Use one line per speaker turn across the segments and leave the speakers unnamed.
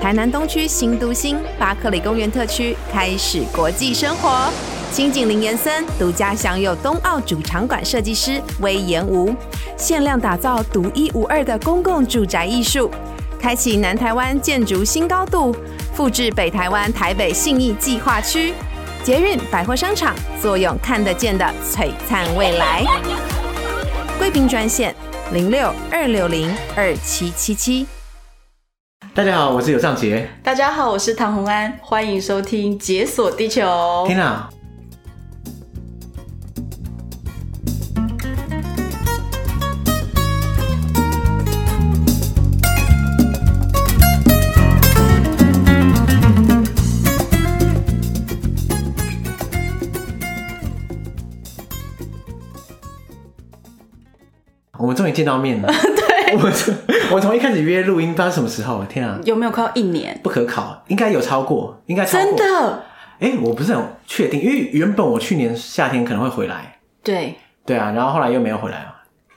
台南东区新都新巴克里公园特区开始国际生活。新景林延森独家享有冬奥主场馆设计师威严吴限量打造独一无二的公共住宅艺术，开启南台湾建筑新高度，复制北台湾台北信义计划区。捷运百货商场坐拥看得见的璀璨未来。贵宾专线零六二六零二七七七。
大家好，我是尤尚杰。
大家好，我是唐红安，欢迎收听《解锁地球》。
天哪！我们终于见到面了。
对，
我从我从一开始约录音，不知道什么时候，天啊，
有没有快要一年？
不可考，应该有超过，应该超
真
过。
的？
哎、我不是很确定，因为原本我去年夏天可能会回来，
对，
对啊，然后后来又没有回来，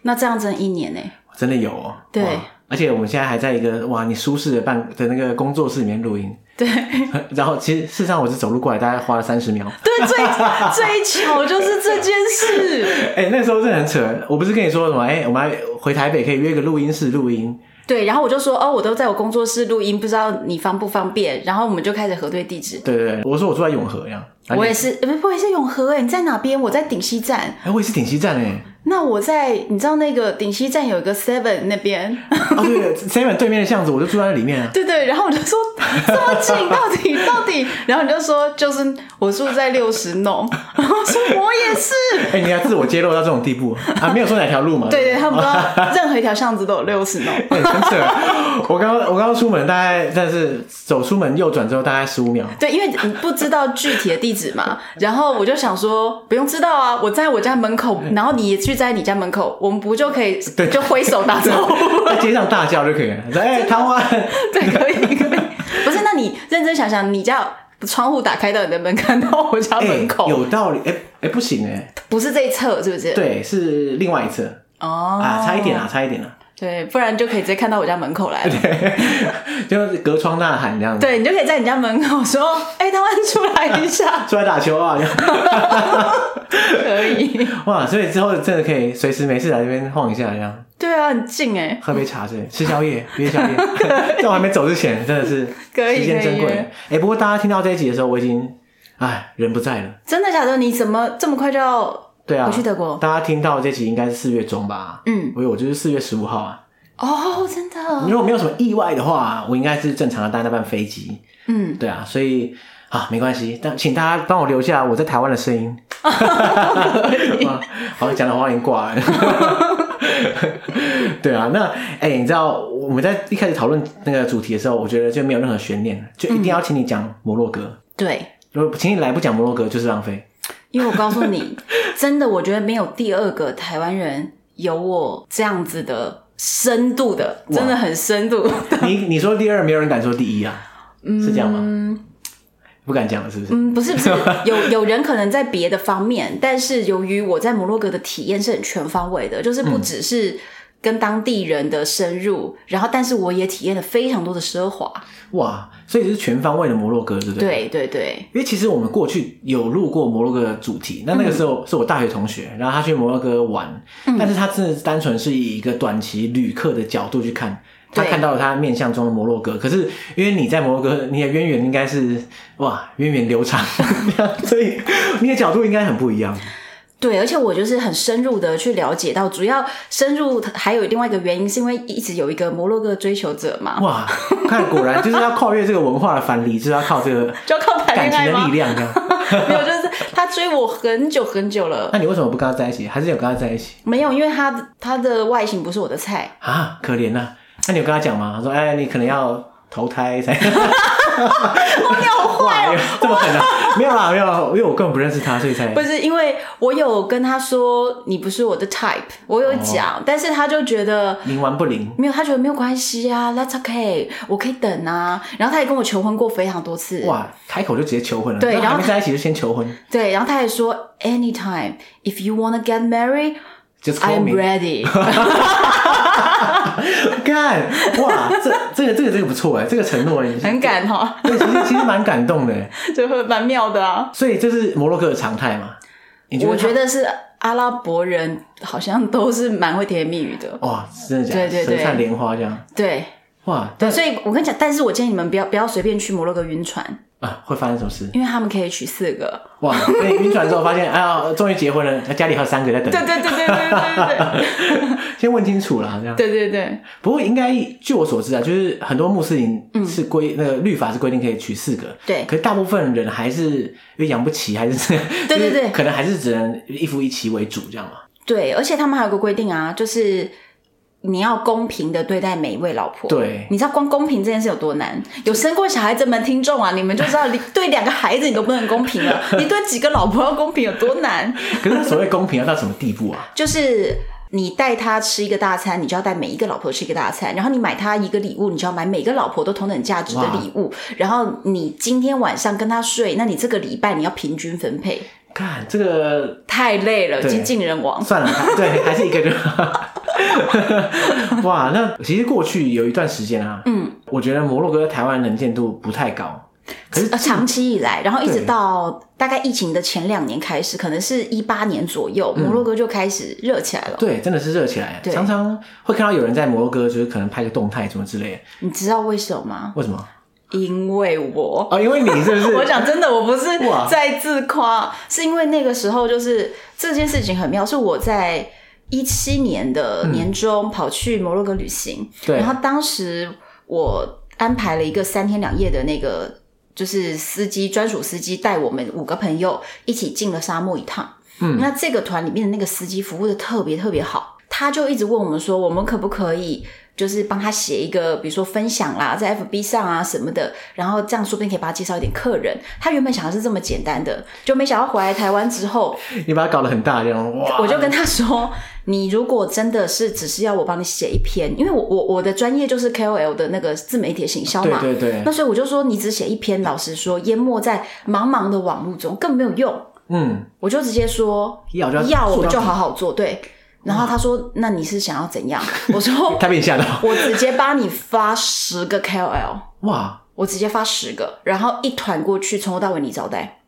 那这样真一年呢？
真的有哦。
对
哇，而且我们现在还在一个哇，你舒适的办的那个工作室里面录音，
对对，
然后其实事实上我是走路过来，大概花了三十秒。
最最糗就是这件 事。
哎、那时候真的很扯，我不是跟你说什么？哎、我们还回台北可以约个录音室录音，
对，然后我就说哦，我都在我工作室录音，不知道你方不方便。然后我们就开始核对地址。
对对对，我说我住在永和呀，然后你
我也，是，呃不，我也是永和哎，你在哪边？我在顶溪站。
哎、我也是顶西站哎、
那我在，你知道那个顶溪站有一个 Seven 那边，
哦，对，seven 对面的巷子，我就住在那里面啊。
对对，然后我就说这么近，到底到底？ 然后你就说就是我住在六十弄， 然后我说我也是，
哎、你要自我揭露到这种地步啊？没有说哪条路嘛？
对对，他们不知道任何一条巷子都有六十 弄，
哎真扯！我刚刚我刚刚出门，大概但是走出门右转之后，大概十五秒。
对，因为你不知道具体的地址嘛。然后我就想说不用知道啊，我在我家门口，然后你也去在你家门口，我们不就可以
嗯对
就挥手打 招呼？
在街上大叫就可以了。哎、唐欢，
对，可以可以。不是，那你认真想想，你家窗户打开到你的门，看到我家
哎、
啊门口，
有道理。哎、哎、不行哎、
不是这一侧，是不是？
对，是另外一侧
哦，
啊，差一点啊，差一点啊，
对，不然就可以直接看到我家门口来了。
就是隔窗呐喊这样子。，
对你就可以在你家门口说：“ 哎、他们出来一下
出来打球啊！
可以。
哇，所以之后真的可以随时没事来这边晃一下，这样”
对啊，很近哎、
喝杯茶之类，吃宵夜，约宵夜。 在我还没走之前，真的是
可以
时间珍贵。
可以
哎、不过大家听到这一集的时候，我已经哎人不在了。
真的假的？你怎么这么快就要？
对啊，
我去德国
大家听到这集应该是四月中吧？
嗯，
我我就是四月十五号啊。
哦，真的，
如果没有什么意外的话，我应该是正常的搭那班飞机。
嗯，
对啊，所以啊，没关系，但请大家帮我留下我在台湾的声 音。哇好像讲的话已经挂了。 对啊，那哎、你知道我们在一开始讨论那个主题的时候，我觉得就没有任何悬念，就一
嗯
定要请你讲摩洛哥。
对，
如果请你来不讲摩洛哥，就是浪费。
因为我告诉 你，真的，我觉得没有第二个台湾人有我这样子的深度的，
哇
真的很深度。
你你说第二，没有人敢说第一啊，是这样吗？不敢讲了，是不是？
嗯，不是不是，有有人可能在别的方面，但是由于我在摩洛哥的体验是很全方位的，就是不只是跟当地人的深入，然后但是我也体验了非常多的奢华。
哇，所以是全方位的摩洛哥，对不对？。
对对对，
因为其实我们过去有录过摩洛哥的主题，那那个时
嗯
候是我大学同学，然后他去摩洛哥玩，但是他真的是单纯是以一个短期旅客的角度去看，他
对
看到了他面向中的摩洛哥。可是因为你在摩洛哥，你的渊源应该是哇源远流长， 所以你的角度应该很不一样。
对，而且我就是很深入的去了解到，主要深入还有另外一个原因，是因为一直有一个摩洛哥追求者嘛，
哇，看果然就是要跨越这个文化的藩篱，就是要靠这个
就要靠谈
感
恋爱
情的力
吗？
量这样。
没有，就是他追我很久很久了，
那你为什么不跟他在一起？还是有跟他在一起
没有，因为他的他的外形不是我的菜。
啊？可怜呐、那你有跟他讲吗？他说：“哎，你可能要投 胎才。”
你好坏
哇
哦！，
这么狠啊！没有啦，没有啦，因为我根本不认识他，所以才
不是因为我有跟他说你不是我的 type，我有讲，但是他就觉得
冥顽不灵。
没有，他觉得没有关系啊，That's okay，我可以等啊。然后他也跟我求婚过非常多次，
哇，开口就直接求婚了。
对
那
然后
还没在一起就先求婚，
对，然后他也说 anytime if you wanna get married。
Just call
I'm
me。
ready，
干哇，这这个这个这个不错哎，这个承诺哎，
很敢哈、
对，其实其实蛮感动的哎。
就会蛮妙的啊。
所以这是摩洛哥的常态嘛？你觉得
我
他？
觉得是阿拉伯人好像都是蛮会甜言蜜语的，
哇，真的假的？
对对对
舌灿莲花这样
对。
哇，但是
所以我跟你讲，但是我建议你们不要不要随便去摩洛哥晕船，
啊，会发生什么事？
因为他们可以娶四个。
哇，所以晕船之后发现， 哎呀，终于结婚了，啊家里还有三个在等。
对对对对对对
先问清楚啦，这样。
对对对对，
不过应该据我所知啊，就是很多穆斯林是规、那个律法是规定可以娶四个，
嗯对
可是大部分人还是因为养不起，还是
对对对
就是可能还是只能一夫一妻为主这样嘛。
对，而且他们还有个规定啊，就是你要公平的对待每一位老婆。。
对，
你知道光公平这件事有多难？有生过小孩子们听众啊，你们就知道，你对两个孩子你都不能公平了，你对几个老婆要公平有多难？
可是所谓公平要到什么地步啊？
就是你带他吃一个大餐，你就要带每一个老婆吃一个大餐；然后你买他一个礼物，你就要买每个老婆都同等价值的
哇
礼物；然后你今天晚上跟他睡，那你这个礼拜你要平均分配，
看这个
太累了，
对
精尽人 亡。
算了，还对，还是一个就好。 哇，那其实过去有一段时间啊，嗯，我觉得摩洛哥在台湾能见度不太高，可是
呃，长期以来，然后一直
对
到大概疫情的前两年开始，可能是一八年左右，摩洛哥就开始热起来了。
嗯对，真的是热起来，
对
常常会看到有人在摩洛哥，就是可能拍个动态什么之类的。
你知道为什么吗？
为什么？
因为我
哦，因为你是不是？
我讲真的，我不是
哇
在自夸，是因为那个时候就是这件事情很妙，是我在一七年的
嗯
年中跑去摩洛哥旅行，
对
然后当时我安排了一个三天两夜的那个，就是司机专属司机带我们五个朋友一起进了沙漠一趟。
嗯
那这个团里面的那个司机服务的特别特别好，他就一直问我们说，我们可不可以就是帮他写一个，比如说分享啦，在 FB 上啊什么的，然后这样说不定可以帮他介绍一点客人。他原本想的是这么简单的，就没想到回来台湾之后，
你把它搞得很大这样，哇！
我就跟他说：“你如果真的是只是要我帮你写一篇，因为我我我的专业就是 KOL 的那个自媒体行销
对
嘛，
对对
那，所以我就说你只写一篇，老实说，淹没在茫茫的网络中更没有用。
嗯，
我就直接说
要就要
我们
做到
就
底
好好做，对。然后他说：那你是想要怎样？我说
他被你吓到，
我直接帮你发十个 KOL，
哇！
我直接发十个，然后一团过去，从头到尾你招待。”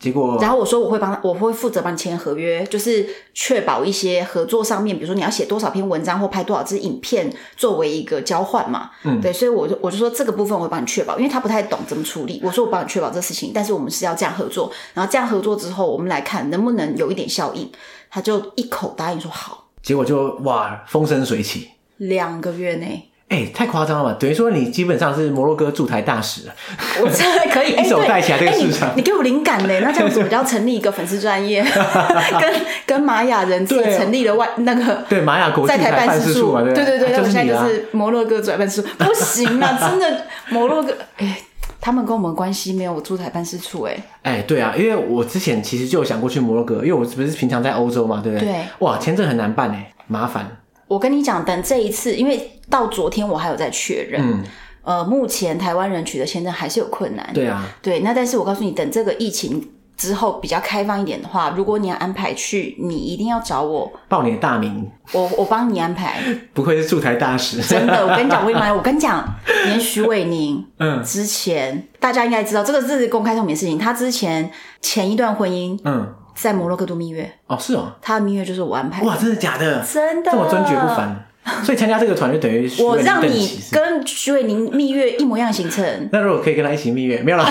结果
然后我说我会帮他，我会负责帮你签合约，就是确保一些合作上面，比如说你要写多少篇文章或拍多少支影片，作为一个交换嘛。
嗯
对，所以我就我就说这个部分我会帮你确保，因为他不太懂怎么处理。我说我帮你确保这事情，但是我们是要这样合作，然后这样合作之后，我们来看能不能有一点效应。他就一口答应说好，
结果就哇，风生水起。
两个月内
哎、太夸张了吧！等于说你基本上是摩洛哥驻台大使了，
我真的可以 哎
一手
对
带起来这个
哎你
市场
你给我灵感嘞！那这样子我就要成立一个粉丝专业， 跟跟玛雅人自己
对哦
成立了外那个
对玛雅国际
在台
办
办
事
处
嘛，对不
对对，
啊
那
就
我
是
现
你
在
啦
就。是摩洛哥驻台办事处，不行啦，真的摩洛哥，哎，他们跟我们关系没有我驻台办事处，哎，
哎，对啊，因为我之前其实就有想过去摩洛哥，因为我不是平常在欧洲嘛，对不对？
对。
哇，签证很难办哎，麻烦。
我跟你讲，等这一次，因为到昨天我还有在确认，
嗯，
呃，目前台湾人取得签证还是有困难，
对啊，
对，那但是我告诉你，等这个疫情之后比较开放一点的话，如果你要安排去，你一定要找我，
报你的大名，
我我帮你安 排。
不愧是驻台大使。
真的，我跟你讲，我跟你讲，我跟你讲，连徐伟宁，
嗯
之前大家应该知道，这个是公开透明的事情。他之前前一段婚姻
嗯，
在摩洛哥度蜜月，
哦，是哦，
他的蜜月就是我安排，
哇，真的假的？
真的，
这么尊爵不。凡，所以参加这个团就等于
我
徐伟宁
让
邓
你
启是
跟徐伟宁蜜月一模一样的 行程，
那如果可以跟他一起蜜月，没有啦，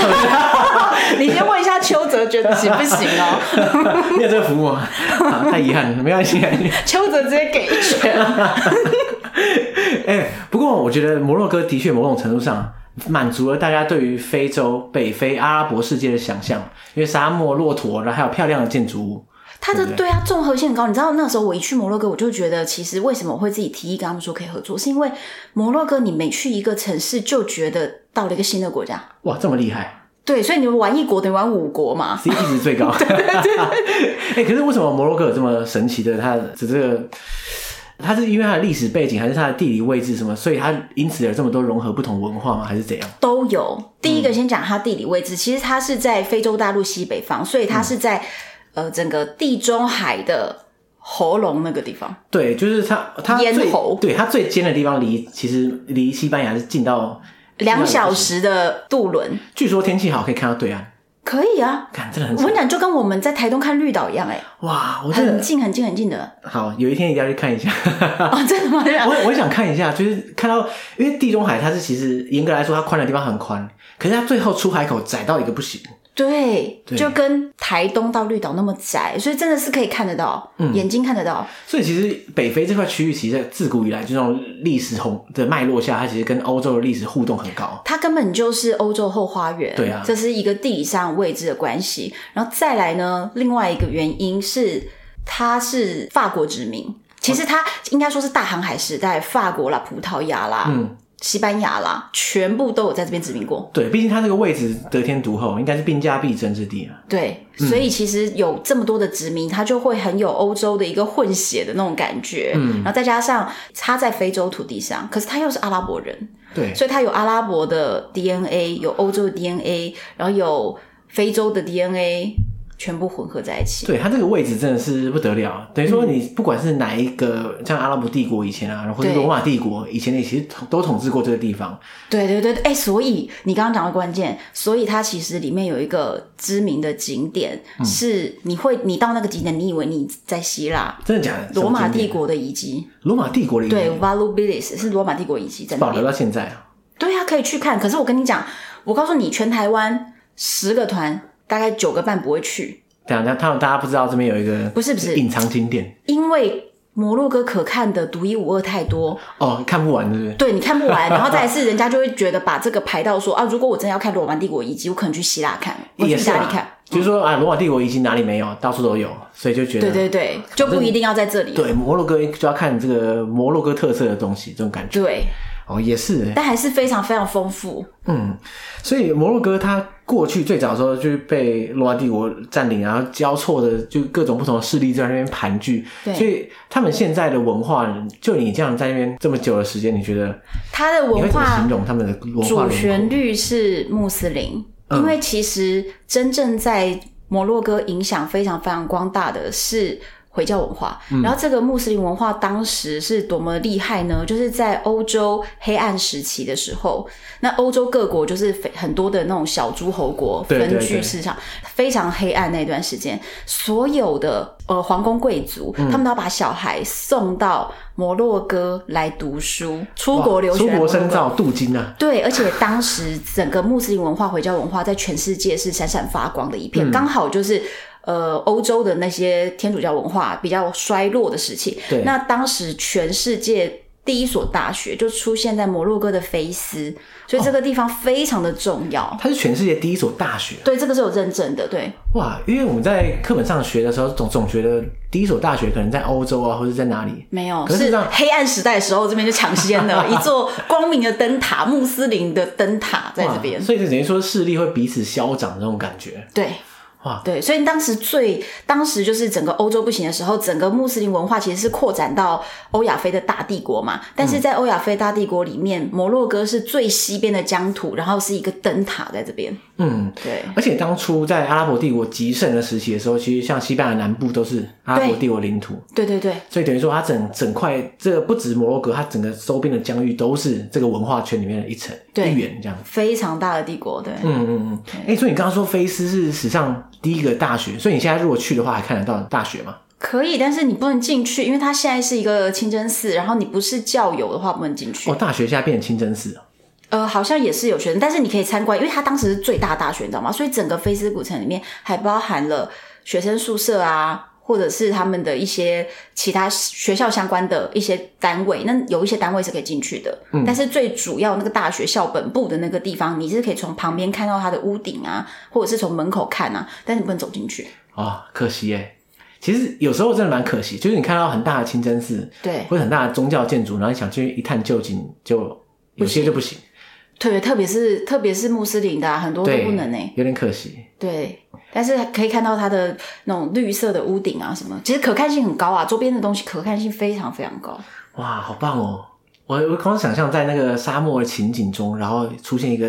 你先问一下邱泽，觉得行不行哦？
你有这个服务吗？啊太遗憾了，没关系。
邱泽直接给一拳。
哎、不过我觉得摩洛哥的确某种程度上满足了大家对于非洲、北非、阿拉伯世界的想象，因为沙漠、骆驼，然后还有漂亮的建筑物。
他的
对不
对啊，综合性很高。你知道那时候我一去摩洛哥，我就觉得其实为什么我会自己提议跟他们说可以合作，是因为摩洛哥你每去一个城市就觉得到了一个新的国家。
哇，这么厉害
对，所以你们玩一国等于玩五国嘛。
，CP 值 最高。 哎、可是为什么摩洛哥有这么神奇的？它的这个，它是因为它的历史背景，还是它的地理位置什么？所以它因此有这么多融合不同文化吗？还是怎样？
都有。第一个先讲它地理位置，其实它是在非洲大陆西北方，所以它是在、呃整个地中海的喉咙那个地方，
对，就是它它
咽
最
喉
对它最尖的地方离其实离西班牙是近到
两小，时的渡轮
据说天气好可以看到对岸，
可以啊。
看真的很
我跟
近
你讲，就跟我们在台东看绿岛一样、欸，
哇！我
哎，
真
很
的
近很近很近的。
好，有一天一定要去看一下。
哦，真的 吗？
我也我也想看一下，就是看到，因为地中海它是其实严格来说它宽的地方很宽，可是它最后出海口窄到一个不行。
对，
对
就跟台东到绿岛那么窄，所以真的是可以看得到，
嗯
眼睛看得到。
所以其实北非这块区域，其实自古以来就那种历史洪的脉络下，它其实跟欧洲的历史互动很高。
它根本就是欧洲后花园，
对啊
这是一个地理上位置的关系。然后再来呢，另外一个原因是它是法国殖民，其实它应该说是大航海时代，法国啦、葡萄牙啦、
嗯，
西班牙啦，全部都有在这边殖民过。
对，毕竟它这个位置得天独厚，应该是兵家必争之地啊。
对，所以其实有这么多的殖民，它就会很有欧洲的一个混血的那种感觉。嗯，然后再加上它在非洲土地上，可是它又是阿拉伯人，
对，
所以它有阿拉伯的 DNA，有欧洲的 DNA，然后有非洲的 DNA，全部混合在一起。
对，它这个位置真的是不得了。等于说
嗯
你不管是哪一个，像阿拉伯帝国以前啊，或者
对
罗马帝国以前，也其实统都统治过这个地方。
对对对，哎、所以你刚刚讲的关键，所以它其实里面有一个知名的景点，是你会你到那个景点，你以为你在希腊。
真的假的？
罗马
什么
帝
经典，
国的遗迹，
罗马帝国的遗
嗯对
迹
，Volubilis 是罗马帝国遗迹在那
保
边
留。到现在啊。
对啊，可以去看。可是我跟你讲，我告诉你，全台湾十个团，大概九个半不会去，
等一下，他们大家不知道这边有一个
不是不是
隐藏景点
因为摩洛哥可看的独一无二太多，
哦，看不完对不对？
对你看 不完。然后再来是，人家就会觉得把这个排到说啊，如果我真的要看罗马帝国遗迹，我可能去希腊看，或
也
去意
是
大利
啊
看。，嗯
就是说啊，罗马帝国遗迹哪里没有，到处都有，所以就觉得
对对对，就不一定要在这里。
啊对摩洛哥就要看这个摩洛哥特色的东西，这种感觉
对，
哦，也是欸
但还是非常非常丰富。
嗯，所以摩洛哥它过去最早的时候就被罗马帝国占领，然后交错的就各种不同的势力在那边盘踞，
对
所以他们现在的文化，就你这样在那边这么久的时间，你觉得
它的
你会
文
怎么
化
形容他们的文化
主
轮
旋
廓？
律是穆斯林，
嗯
因为其实真正在摩洛哥影响非常非常光大的是。回教文化，
嗯
然后这个穆斯林文化当时是多么厉害呢？就是在欧洲黑暗时期的时候，那欧洲各国就是非很多的那种小诸侯国
对对
分居
对
市场，非常黑暗那段时间，所有的呃皇宫贵族，
嗯
他们都要把小孩送到摩洛哥来读书，出国留学，
出国深造镀金啊，
对，而且当时整个穆斯林文化、回教文化在全世界是闪闪发光的一
嗯
片，刚、好就是。呃，欧洲的那些天主教文化比较衰落的时期
对，
那当时全世界第一所大学就出现在摩洛哥的菲斯，所以这个地方非常的重要。
它是全世界第一所大学
对，这个是有认证的，对，
哇！因为我们在课本上学的时候，总总觉得第一所大学可能在欧洲啊，或者在哪里。
没有
可是这样
黑暗时代的时候，这边就抢先 了一座光明的灯塔，穆斯林的灯塔在这
哇
边。
所以就等于说势力会彼此消长这种感觉。
对。
哇
对，所以当时最当时就是整个欧洲不行的时候，整个穆斯林文化其实是扩展到欧亚非的大帝国嘛。但是在欧亚非大帝国里面，摩洛哥是最西边的疆土，然后是一个灯塔在这边。
嗯，
对，
而且当初在阿拉伯帝国极盛的时期的时候，其实像西班牙南部都是阿拉伯帝国领土，
对对对，
所以等于说它整整块这个不止摩洛哥，它整个周边的疆域都是这个文化圈里面的一层
对
一员这样。
非常大的帝国，对，
嗯嗯嗯，哎、所以你刚刚说菲斯是史上第一个大学，所以你现在如果去的话，还看得到大学吗？
可以，但是你不能进去，因为它现在是一个清真寺，然后你不是教友的话不能进去。
哦，大学现在变成清真寺了。
呃，好像也是有学生，但是你可以参观，因为它当时是最大大学，你知道吗？所以整个菲斯古城里面还包含了学生宿舍啊，或者是他们的一些其他学校相关的一些单位。那有一些单位是可以进去的，但是最主要那个大学校本部的那个地方，你是可以从旁边看到它的屋顶啊，或者是从门口看啊，但是你不能走进去。
啊、可惜耶。其实有时候真的蛮可惜，就是你看到很大的清真寺
对，
或者很大的宗教建筑，然后你想去一探究竟，就有些就不行，
对，特别是特别是穆斯林的、啊，很多都
对，
不能呢、
有点可惜。
对，但是可以看到它的那种绿色的屋顶啊，什么，其实可看性很高啊，周边的东西可看性非常非常高。
哇，好棒哦！我我光想象在那个沙漠的情景中，然后出现一个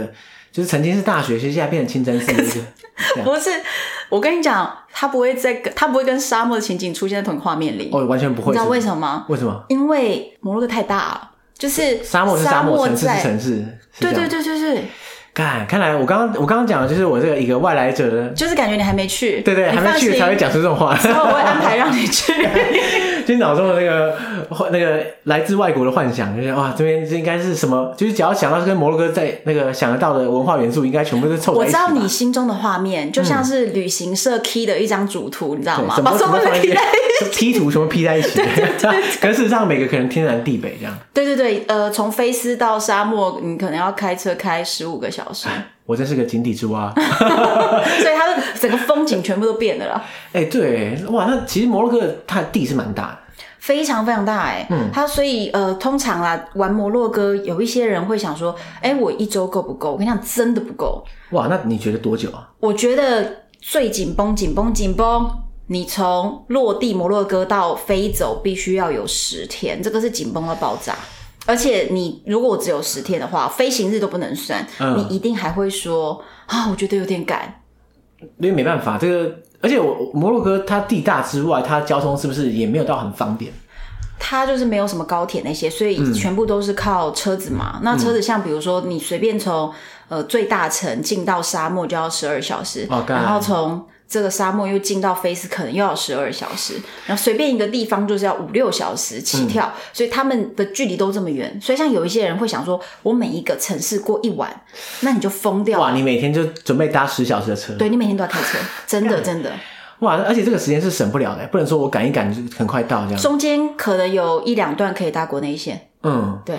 就是曾经是大学，其实现在变成清真寺 了一个。
不是，我跟你讲，它不会在跟，它不会跟沙漠的情景出现在同一个画面里。
哦，完全不会。
你知道
是不
为
是
什么吗？
为什么？
因为摩洛哥太大了，就是
沙漠是沙漠，城市
在
是城市。是这
对
样
对。对对对，
看，看来我刚刚我刚刚讲的就是我这个一个外来者的，
就是感觉你还没去，
对对，
你
还没
放
去
心
才会，讲出这种话。
之后我会安排 让你 去。
就是脑中的那个那个来自外国的幻想，就是哇，这边这应该是什么？就是只要想到跟摩洛哥在那个想得到的文化元素，应该全部都凑
我
在一
知
起吧。
道你心中的画面，就像是旅行社 key 的一张主图，你知道
对
吗？
什
把
么什
所
么
有的
放
key
一
在
起 P 图什么 P 在一起，可是事实上每个可能天南地北这样。
对对对，呃，从菲斯到沙漠，你可能要开车开十五个小时，
我真是个井底之蛙。
所以它的整个风景全部都变了啦，
哎、对，哇，那其实摩洛哥它的地是蛮大的，
非常非常大哎、嗯，它所以呃，通常啦，玩摩洛哥有一些人会想说，哎、我一周够不够？我跟你讲，真的不够。
哇，那你觉得多久啊？
我觉得最紧绷、紧绷、紧绷。你从落地摩洛哥到飞走，必须要有十天，这个是紧绷到爆炸。而且你如果只有十天的话，飞行日都不能算，
嗯
你一定还会说啊，我觉得有点赶。
因为没办法，这个而且我摩洛哥它地大之外，它交通是不是也没有到很方便？
它就是没有什么高铁那些，所以
嗯
全部都是靠车子嘛。那车子像比如说你随便从呃最大城进到沙漠就要十二小时，
哦干
然后从这个沙漠又进到菲斯可能又要十二小时，然后随便一个地方就是要五六小时起跳，
嗯
所以他们的距离都这么远。所以像有一些人会想说，我每一个城市过一晚，那你就疯掉
哇，
了。
你每天就准备搭十小时的车，
对你每天都要开车，真 的真的，
哇，而且这个时间是省不了的，不能说我赶一赶就很快到这样。
中间可能有一两段可以搭国内线，
嗯，
对。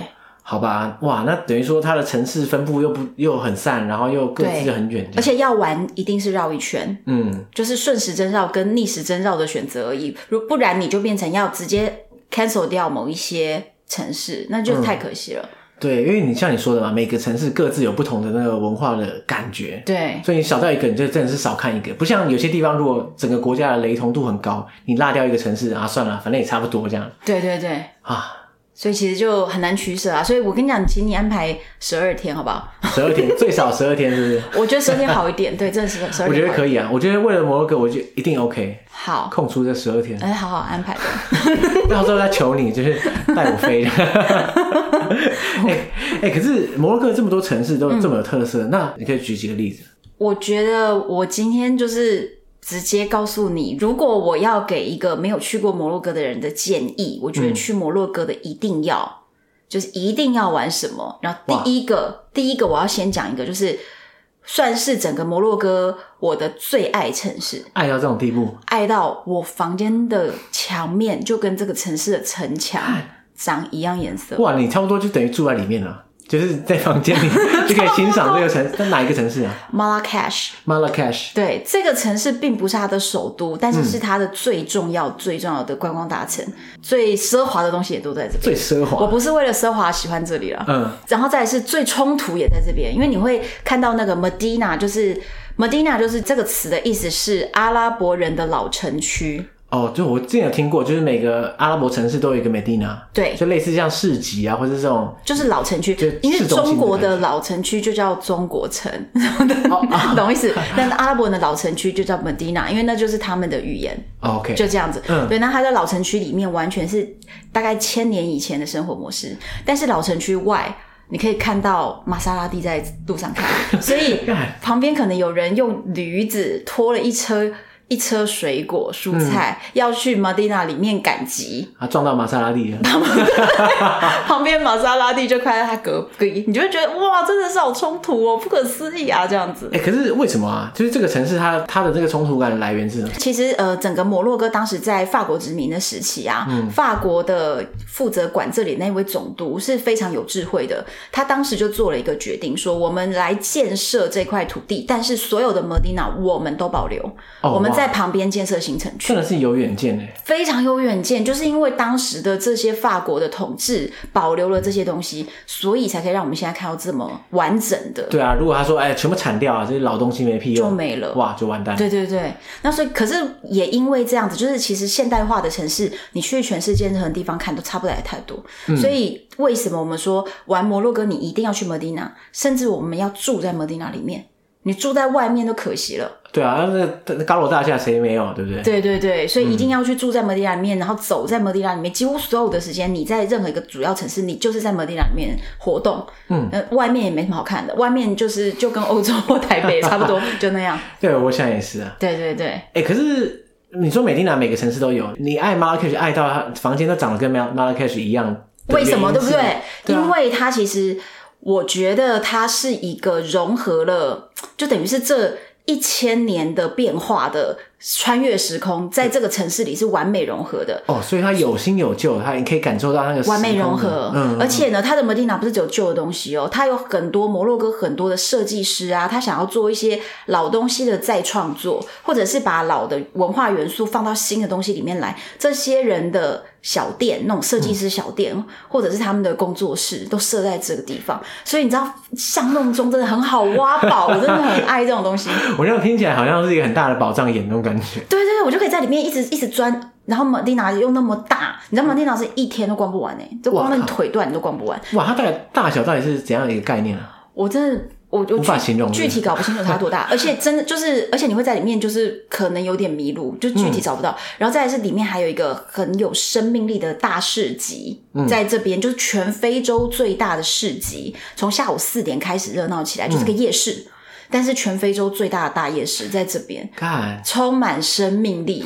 好吧，哇，那等于说它的城市分布又不又很散，然后又各
对
自很远，
而且要玩一定是绕一圈，
嗯，
就是顺时针绕跟逆时针绕的选择而已。如不然你就变成要直接 cancel 掉某一些城市，那
嗯
就太可惜了。
对，因为你像你说的嘛，每个城市各自有不同的那个文化的感觉，
对
所以你少掉一个，你就真的是少看一个。不像有些地方，如果整个国家的雷同度很高，你落掉一个城市啊，算了，反正也差不多这样
对对对，
啊。
所以其实就很难取舍啊。所以我跟你讲，请你安排十二天好不好？
十二 天最少十二天，是不是？
我觉得十二天好 一点，对，真的是十二
我觉
天
得
好一点
可以啊，我觉得为了摩洛哥，我觉得一定 OK，
好。
空出这十二天，
哎，好好安排的，
到时候再求你，就是带我 飞。哎哎、可是摩洛哥这么多城市都这么有特色，那你可以举几个例子？
我觉得我今天就是直接告诉你，如果我要给一个没有去过摩洛哥的人的建议，我觉得去摩洛哥的一定要、就是一定要玩什么。然后
哇
第一个，第一个我要先讲一个，就是算是整个摩洛哥我的最爱城市，
爱到这种地步，
爱到我房间的墙面就跟这个城市的城墙长一样颜色。
哇，你差不多就等于住在里面了，就是在房间里 就可以欣赏这个城。那哪一个城市啊
Marrakesh，
？Marrakesh。
对，这个城市并不是它的首都，但是
嗯
是它的最重要、最重要的观光大城，最奢华的东西也都在这边。
最奢
我
华。
不是为了奢华喜欢这里了，
嗯，
然后再来是最冲突也在这边，因为你会看到那个 Medina，就是 Medina 就是这个词的意思是阿拉伯人的老城区，
哦，就我之前有听过，就是每个阿拉伯城市都有一个 Medina，
对
就类似像市集啊，或者这种
就是老城区
就，
因为
市中心的
中国的
感觉哦
老城区就叫中国城， 懂意思？但是阿拉伯人的老城区就叫 Medina，因为那就是他们的语言。
哦 OK，
就这样子。
嗯
对，那它在老城区里面完全是大概千年以前的生活模式，但是老城区外。你可以看到玛莎拉蒂在路上开，所以
干
旁边可能有人用驴子拖了一车一车水果蔬菜，要去马蒂娜里面赶集。
啊撞到玛莎拉蒂了，
旁边玛莎拉蒂就开在他隔壁，你就会觉得哇，真的是好冲突哦，不可思议啊，这样子。
哎、可是为什么啊？就是这个城市它它的这个冲突感的来源是什么？
其实呃，整个摩洛哥当时在法国殖民的时期啊，
嗯
法国的负责管这里那位总督是非常有智慧的，他当时就做了一个决定，说我们来建设这块土地，但是所有的 Medina 我们都保留，
哦
我们在旁边建设新城区
真。的是有远见哎，
非常有远见，就是因为当时的这些法国的统治保留了这些东西，所以才可以让我们现在看到这么完整的。
对啊，如果他说哎全部铲掉啊，这些老东西没屁用，
就没了
哇，就完蛋。
对对对，那所以可是也因为这样子，就是其实现代化的城市，你去全世界任何地方看都差不了太多。所以为什么我们说玩摩洛哥你一定要去摩迪纳，甚至我们要住在摩迪纳里面，你住在外面都可惜了。
对啊，那那高楼大厦谁没有，对不对？
对对对，所以一定要去住在摩迪拉里面，然后走在摩迪拉里面，几乎所有的时间你在任何一个主要城市，你就是在摩迪拉里面活动。嗯，呃，外面也没什么好看的，外面就是就跟欧洲或台北差不多，就那样。
对，我想也是啊。
对对对，
哎，可是你说美丁娜每个城市都有，你爱 Marrakesh 爱到它房间都长得跟 Mar- Marrakesh 一样的原
为
因是，
什么对不对？
对啊
因为它其实我觉得它是一个融合了，就等于是这。一千年的变化的穿越时空，在这个城市里是完美融合的。
哦，所以他有新有旧，他你可以感受到那个
完美
时空
融
的
合。
嗯，
而且呢，它的摩迪纳不是只有旧的东西哦，它有很多摩洛哥很多的设计师啊，他想要做一些老东西的再创作，或者是把老的文化元素放到新的东西里面来。这些人的小店，那种设计师小店，或者是他们的工作室，都设在这个地方。所以你知道，巷弄中真的很好挖宝，我真的很爱这 种东西。
我这样听起来好像是一个很大的宝藏眼那种感觉。
对对对，我就可以在里面一直一直钻。然后马蒂娜又那么大，你知道马蒂娜是一天都逛不完呢、欸就光那
嗯哇靠
腿断你都逛不完。
哇，它大大小到底是怎样的一个概念啊？
我真的我我
无法
具
形容
具体搞不清楚它 多大，而且真的就是，而且你会在里面就是可能有点迷路，就
嗯
具体找不到。然后再来是里面还有一个很有生命力的大市集，
嗯
在这边就是全非洲最大的市集，从下午四点开始热闹
嗯
起来，就是个夜市，但是全非洲最大的大夜市在这边。
看，
充满生命力。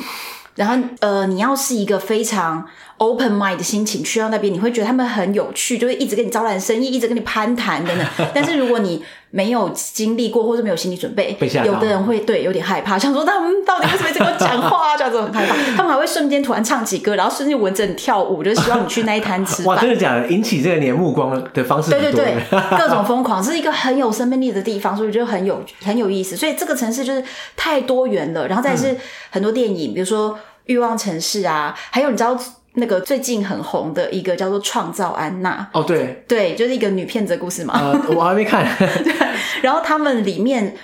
然后，呃，你要是一个非常 open mind 的心情去到那边，你会觉得他们很有趣，就会一直跟你招揽生意，一直跟你攀谈 等等。但是如果你没有经历过，或者没有心理准备
被吓，到
有的人会对有点害怕，想说他们到底为什么一直跟我讲话、啊，这样子很害怕。他们还会瞬间突然唱起歌，然后瞬间闻着你跳舞，就是希望你去那一摊吃
哇，
饭
真。的假的？引起这个你的目光的方式
对
很多欸
对对，
呢
各 种疯狂是一个很有生命力的地方，所以我觉得很有很有意思。所以这个城市就是太多元了，然后再是
嗯
很多电影，比如说《欲望城市》啊，还有你知道那个最近很红的一个叫做《创造安娜
哦，对，》，
对，就是一个女骗子的故事嘛。
呃，我还没看。
然后他们里面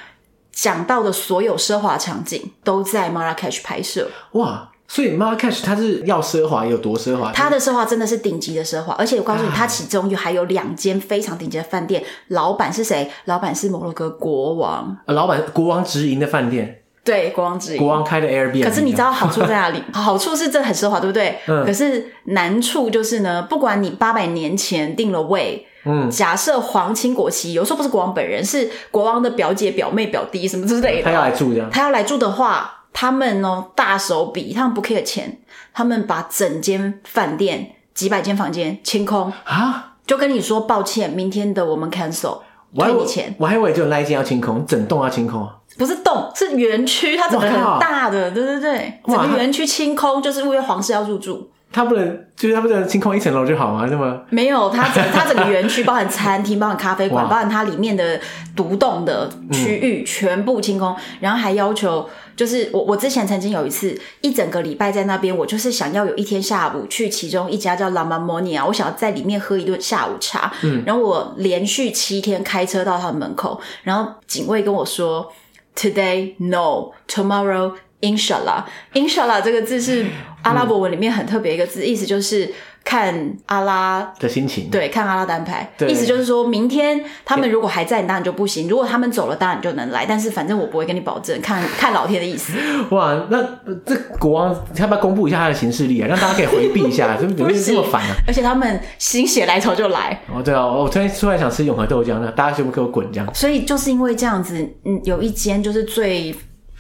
讲到的所有奢华场景都在 Marrakesh 拍摄，
哇，所以 Marrakesh 它是要奢华有多奢华？
它的奢华真的是顶级的奢华，而且我告诉你，
啊
它其中有还有两间非常顶级的饭店，老板是谁？老板是摩洛哥国王。
呃老板国王直营的饭店，
对，国王之影。
国王开的 Airbnb。
可是你知道好处在 哪里？好处是这很奢华，对不对？
嗯
可是难处就是呢，不管你八百年前定了位，
嗯，
假设皇亲国戚，有时候不是国王本人，是国王的表姐、表妹、表弟什么之类的，
他要来住这样，
他要来住的话，他们哦大手笔，他们不 care 钱，他们把整间饭店几百间房间清空，
啊？
就跟你说抱歉，明天的我们 cancel
我还
退
以为
你钱，，
我还以为只有那一间要清空，整栋要清空。
不是洞，是园区，它整个
哇靠
很大的，对对对，整
哇
个园区清空，就是为了皇室要入住。
他不能，就是他不能清空一层楼就好吗？那么
没有，它整它整个园区包含餐厅，包含咖啡馆，
哇
包含它里面的独栋的区域、全部清空，然后还要求，就是我我之前曾经有一次一整个礼拜在那边，我就是想要有一天下午去其中一家叫 La Mamonia，我想要在里面喝一顿下午茶，然后我连续七天开车到他们门口，然后警卫跟我说，Today no, tomorrow inshallah。inshallah 这个字是阿拉伯文里面很特别一个字，意思就是看阿拉。
的心情，，
对，看阿拉单牌，
嗯对
意思就是说明天他们如果还在，你当然就不行；如果他们走了，当然你就能来。但是反正我不会跟你保证，看看老天的意思。
哇，那这国王要不要公布一下他的行事历啊，让大家可以回避一 下？怎么怎么这么烦啊？
而且他们心血来潮就来，
哦，对哦，我突然突然想吃永和豆浆了，大家全部给我滚这样。
所以就是因为这样子，嗯，有一间就是最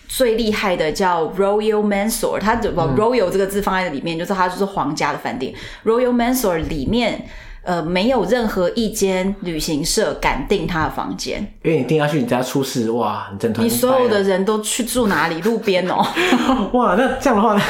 最厉害的叫 Royal Mansour，它
嗯
就把 Royal 这个字放在里面，就是它就是皇家的饭店。Royal Mansour 里面，呃，没有任何一间旅行社敢订他的房间，
因为你定下去，你只要出事，哇，你整团
你
就掰
所
了
有的人都去住哪里？路边哦。
哇，那这样的 话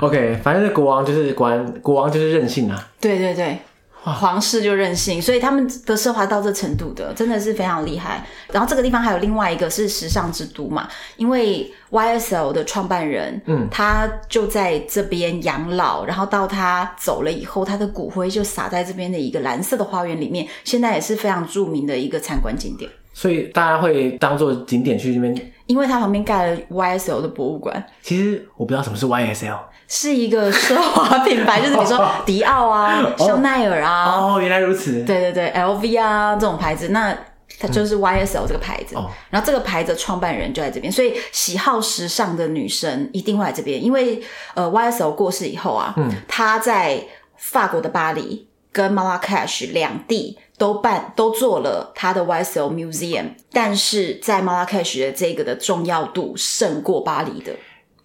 ，OK，反正这国王就是国王，国王就是任性啊。
对对对，皇室就任性，所以他们的奢华到这程度的，真的是非常厉害。然后这个地方还有另外一个是时尚之都嘛，因为 YSL 的创办人，嗯，他就在这边养老，然后到他走了以后，他的骨灰就撒在这边的一个蓝色的花园里面，现在也是非常著名的一个参观景点。
所以大家会当做景点去那边。
因为它旁边盖了 YSL 的博物馆，
其实我不知道什么是 YSL
是一个奢华品牌，就是比如说迪奥啊、香奈儿啊，
哦，原来如此。
对对对，LV 啊这种牌子，那它就是 YSL 这个牌子。
哦
然后这个牌子的创办人就在这边，所以喜好时尚的女生一定会来这边，因为呃 YSL 过世以后啊，嗯，他在法国的巴黎跟 Marrakesh 两地。都办都做了他的 YSL Museum，但是在 Marrakesh 的这个的重要度胜过巴黎的，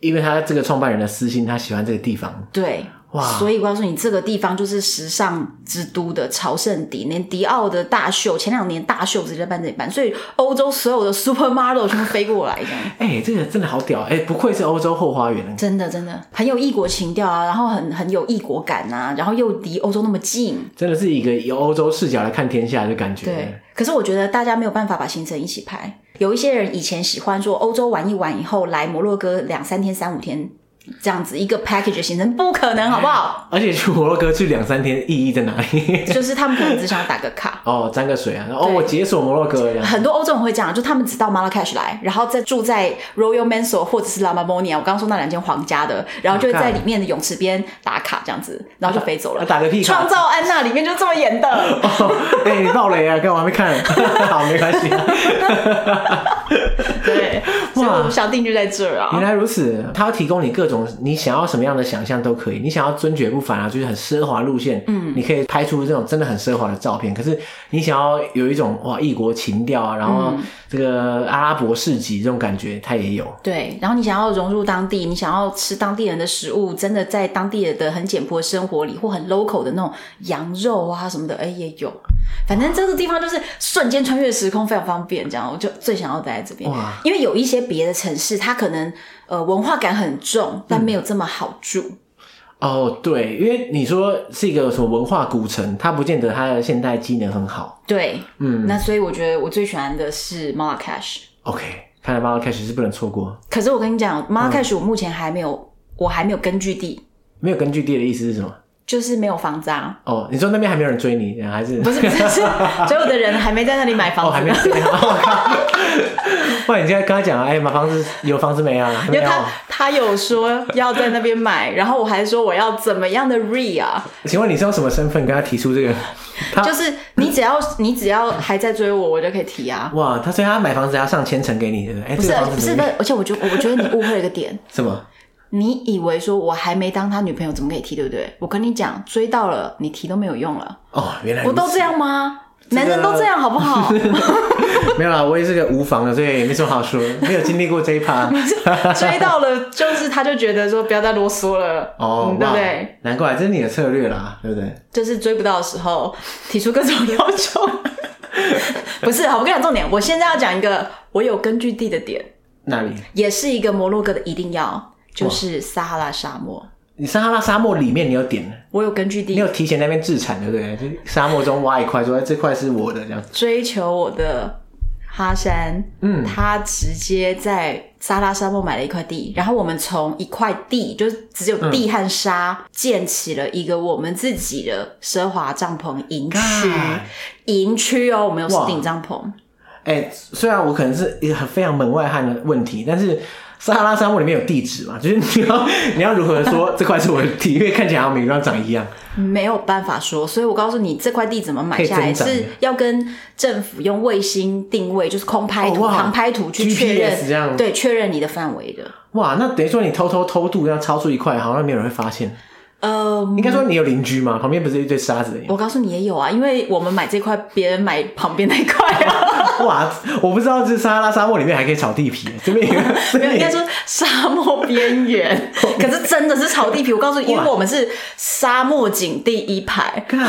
因为他这个创办人的私心，他喜欢这个地方。
对，
哇
所以我告诉你，这个地方就是时尚之都的朝圣地，连迪奥的大秀，前两年大秀直接办这里办，所以欧洲所有的 supermodel 全部飞过来，这样
哎、这个真的好屌！哎、不愧是欧洲后花园。
真的真的很有异国情调啊，然后很很有异国感啊，然后又离欧洲那么近，
真的是一个由欧洲视角来看天下的感觉。
对，。可是我觉得大家没有办法把行程一起排，有一些人以前喜欢说欧洲玩一玩以后来摩洛哥两三天三五天这样子一个 package 的行程，不可能好不 好？
而且去摩洛哥去两三天意义在哪里？
就是他们可能只想打个卡。
哦，沾个水啊！哦，
对
我解锁摩洛哥了。
很多欧洲人会这样，就他们只到 Marrakesh 来，然后再住在 Royal Mansor 或者是 La m a m o n i a 我刚刚说那两间皇家的，然后就会在里面的泳池边打卡这样子，然后就飞走了。
啊打个屁卡
创造安娜里面就这么演 的，
哦 哎、你爆雷啊！刚我还没看， 好，没关系。
对，所以我们想定居在这儿
原
啊。
来如此，它要提供你各种你想要什么样的想象都可以。你想要尊爵不凡啊，就是很奢华路线，嗯，你可以拍出这种真的很奢华的照片。可是你想要有一种哇异国情调啊，然后这个阿拉伯市集这种感觉，它也有。
对，然后你想要融入当地，你想要吃当地人的食物，真的在当地人的很简朴的生活里，或很 local 的那种羊肉啊什么的，哎也有。反正这个地方就是瞬间穿越时空，非常方便。这样，我就最想要待在这边
哇，
因为有一些别的城市，它可能呃文化感很重，但没有这么好住。
哦，对，因为你说是一个什么文化古城，它不见得它的现代机能很好。
对，嗯，那所以我觉得我最喜欢的是 Marrakesh。
OK，看来 m a r r a 是不能错过。
可是我跟你讲，Marrakesh 我目前还没有，我还没有根据地，
没有根据地的意思是什么？
就是没有房子啊。
哦，你说那边还没有人追你，还是
不是不是，是所有的人还没在那里买房
哦，
子，
还没有。不然你现在跟他讲啊，哎、买房子有房子没啊？还
因
没
为
有。
他他有说要在那边买，然后我还说我要怎么样的 re 啊，
请问你是用什么身份跟他提出这个？他
就是你只要你只要还在追我，我就可以提啊。
哇，他所以他买房子要上千层给你，对不对？哎、
不
这
是
个房子
不是，
怎
不
么
是而且我觉得我觉得你误会了一个点，
什么？
你以为说我还没当他女朋友，怎么可以提，对不对？我跟你讲，追到了你提都没有用了，
哦，原来
不都这
样。
样吗？
个
男人都这样好 不好？
没有啦，我也是个无房的，所以没什么好说，没有经历过这一趴。
追到了就是他就觉得说不要再啰嗦了，
哦
嗯，对
哇
不对？？
难怪这是你的策略啦，对不对？
就是追不到的时候 提出各种要求。 不是，好，我跟你讲重点，我现在要讲一个我有根据地的点，
那里，
也是一个摩洛哥的一定要，就是撒哈拉沙漠。
你撒哈拉沙漠里面你有点，
我有根据
你
地
有提前那边自产，对不对？就是沙漠中挖一块，说哎这块是我的这样。
追求我的哈山，
嗯
他直接在撒哈拉沙漠买了一块地，然后我们从一块地，就是只有地和沙，建起了一个我们自己的奢华帐篷营区
God，
营区哦，我们有
哇
顶帐篷。
哎、虽然我可能是一个很非常门外汉的问题，但是撒哈拉沙漠里面有地址嘛，就是你要你要如何 说这块是我的地，因为看起来好像每个地方长一样。
没有办法说，所以我告诉你，这块地怎么买下
可以
来
增长
是要跟政府用卫星定位，就是空拍图、
哦哇
航拍图去确
GPS 这样
认，对，确认你的范围的。
哇，那等于说你偷偷偷渡，这样超出一块，好像没有人会发现。
呃，
应该说你有邻居嘛，旁边不是一堆沙子而已吗
我告诉你也有啊，因为我们买这块，别人买旁边那块
哦
啊。
哇，我不知道这撒哈拉沙漠里面还可以炒地皮，这边也这
没有，
边
应
也
该说沙漠边缘，
哦
可是真的是草地皮。我告诉你，因为我们是沙漠景第一排，
看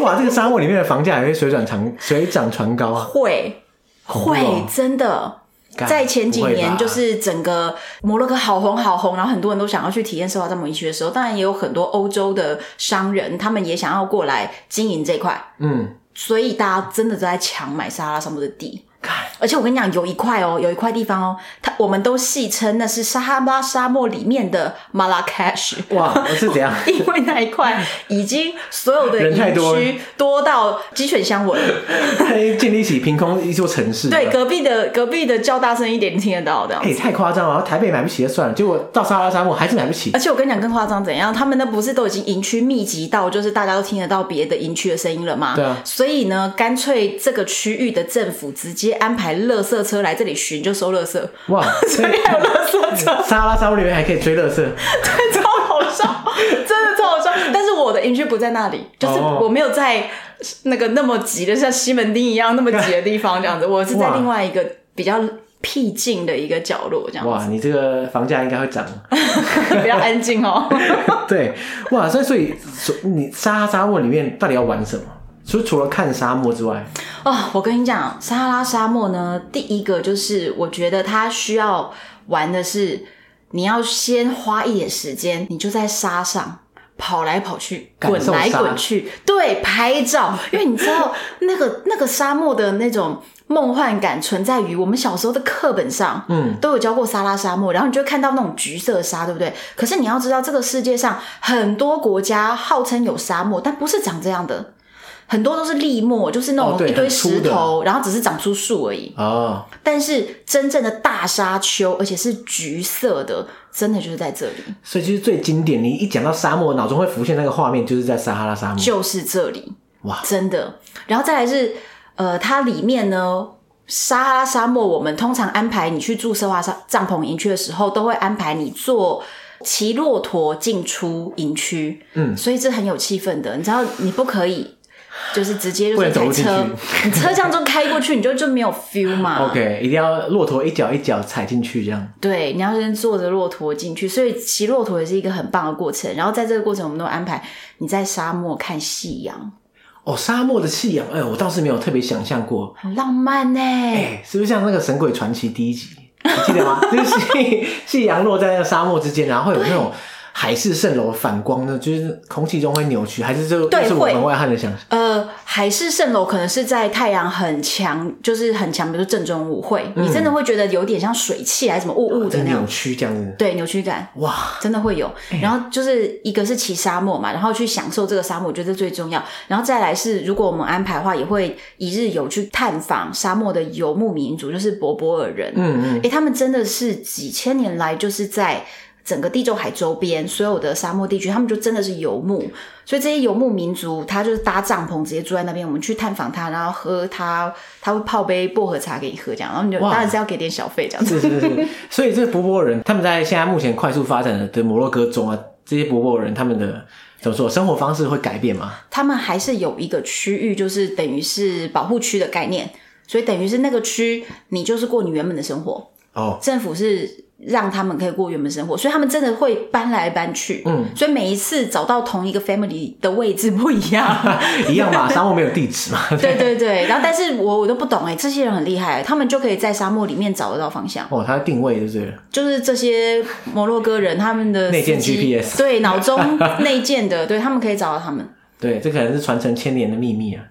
哇，这个沙漠里面的房价也会水涨长水涨船高啊！
会
怖哦
会真的。
干
在前几
不会吧
年，就是整个摩洛哥好红好红，然后很多人都想要去体验受到这么医学的时候，当然也有很多欧洲的商人，他们也想要过来经营这块，
嗯，
所以大家真的都在抢买撒哈拉沙漠的地。
看
而且我跟你讲，有一块哦，有一块地方哦，它我们都戏称那是撒哈拉沙漠里面的马拉喀什。
哇，我是怎样？
因为那一块已经所有的
人太
营
多了
区多到鸡犬 相闻，
建立起凭空一座城市，
对，隔壁的隔壁的叫大声一点，你听得到的。
哎、太夸张了！台北买不起就算了，结果到撒哈拉沙漠还是买不起
而。且我跟你讲更夸张怎样，他们那不是都已经营区密集到就是大家都听得到别的营区的声音了吗？
对啊
所以呢，干脆这个区域的政府直接安排垃圾车来这里巡，就收垃圾。
哇，
所
所
以
以
还有垃 圾车，
撒哈拉沙漠里面还可以追乐 色，
对，超好 笑，真的超好笑。但是我的营区不在那里，就是
哦
我没有在那个那么挤的，像西门町一样那么挤的地方这样子，我是在
哇
另外一个比较僻静的一个角落这样
哇，你这个房价应该会涨。
子， 比较安静哦。
对，哇，所以所以所你沙哈沙漠里面到底要玩什么？除除了看沙漠之外，
哦，我跟你讲，撒哈拉沙漠呢，第一个就是我觉得它需要玩的是，你要先花一点时间，你就在沙上。跑来跑去，
感
滚
受
来
沙
滚去，对，拍照，因为你知道那个那个沙漠的那种梦幻感存在于我们小时候的课本上，
嗯，
都有教过撒拉沙漠，然后你就会看到那种橘色沙，对不对？可是你要知道，这个世界上很多国家号称有沙漠，但不是长这样的，很多都是砾漠，就是那
哦
种
对
一堆
很粗的
石头，然后只是长出树而已。
哦，
但是真正的大沙丘，而且是橘色的，真的就是在这里，
所以其实最经典，你一讲到沙漠，脑中会浮现那个画面，就是在撒哈拉沙漠。
就是这里，
嗯哇，
真的。然后再来是，呃，它里面呢，撒哈拉沙漠，我们通常安排你去住奢华沙帐篷营区的时候，都会安排你坐骑骆驼进出营区，
嗯
所以这很有气氛的。你知道，你不可以。就是直接就
不
是
能走
开
路进
车，你车这样就开过去，你就就没有 feel 嘛。
OK，一定要骆驼一脚一脚踩进去，这样
对，你要先坐着骆驼进去，所以骑骆驼也是一个很棒的过程。然后在这个过程，我们都安排你在沙漠看夕阳，
哦，沙漠的夕阳，哎、我倒是没有特别想象过，
很浪漫呢、
哎、是不是像那个《神鬼传奇》第一集，你记得 吗？就是夕夕阳落在那个沙漠之间，然后会有那种海市蜃楼的反光呢，就是空气中会扭曲，还是这
对
这是我
会
们外汉的想象？
呃，海市蜃楼可能是在太阳很强，就是很强，比如说正中午会，你真的会觉得有点像水汽还是什么雾雾的
很
那样
扭，曲啊这样子，
对，扭曲感。
哇，
真的会有，
哎
然后就是一个是骑沙漠嘛，然后去享受这个沙漠，我觉得这最重要。然后再来是，如果我们安排的话，也会一日游去探访沙漠的游牧民族，就是博博尔人。
嗯嗯，
诶，他们真的是几千年来就是在整个地中海周边所有的沙漠地区，他们就真的是游牧，所以这些游牧民族，他就是搭帐篷直接住在那边，我们去探访他，然后喝他，他会泡杯薄荷茶给你喝，这样，然后你就
哇
当然是要给点小费这样子。
是是是，所以这个博博人他们在现在目前快速发展的的摩洛哥中啊，这些博博人他们的怎么说生活方式会改变吗？
他们还是有一个区域，就是等于是保护区的概念，所以等于是那个区，你就是过你原本的生活，
哦，
政府是让他们可以过原本生活，所以他们真的会搬来搬去，
嗯，
所以每一次找到同一个 family 的位置不一 样，
哦一样 嘛，沙漠没有地址嘛，
对对对，然后但是我我都不懂哎、这些人很厉害、他们就可以在沙漠里面找得到方向，
哦，它定位就对了，
就是这些摩洛哥人他们的
内建
司机
GPS
对，脑中内建的，对他们可以找到他们。
对，这可能是传承千年的秘 密啊，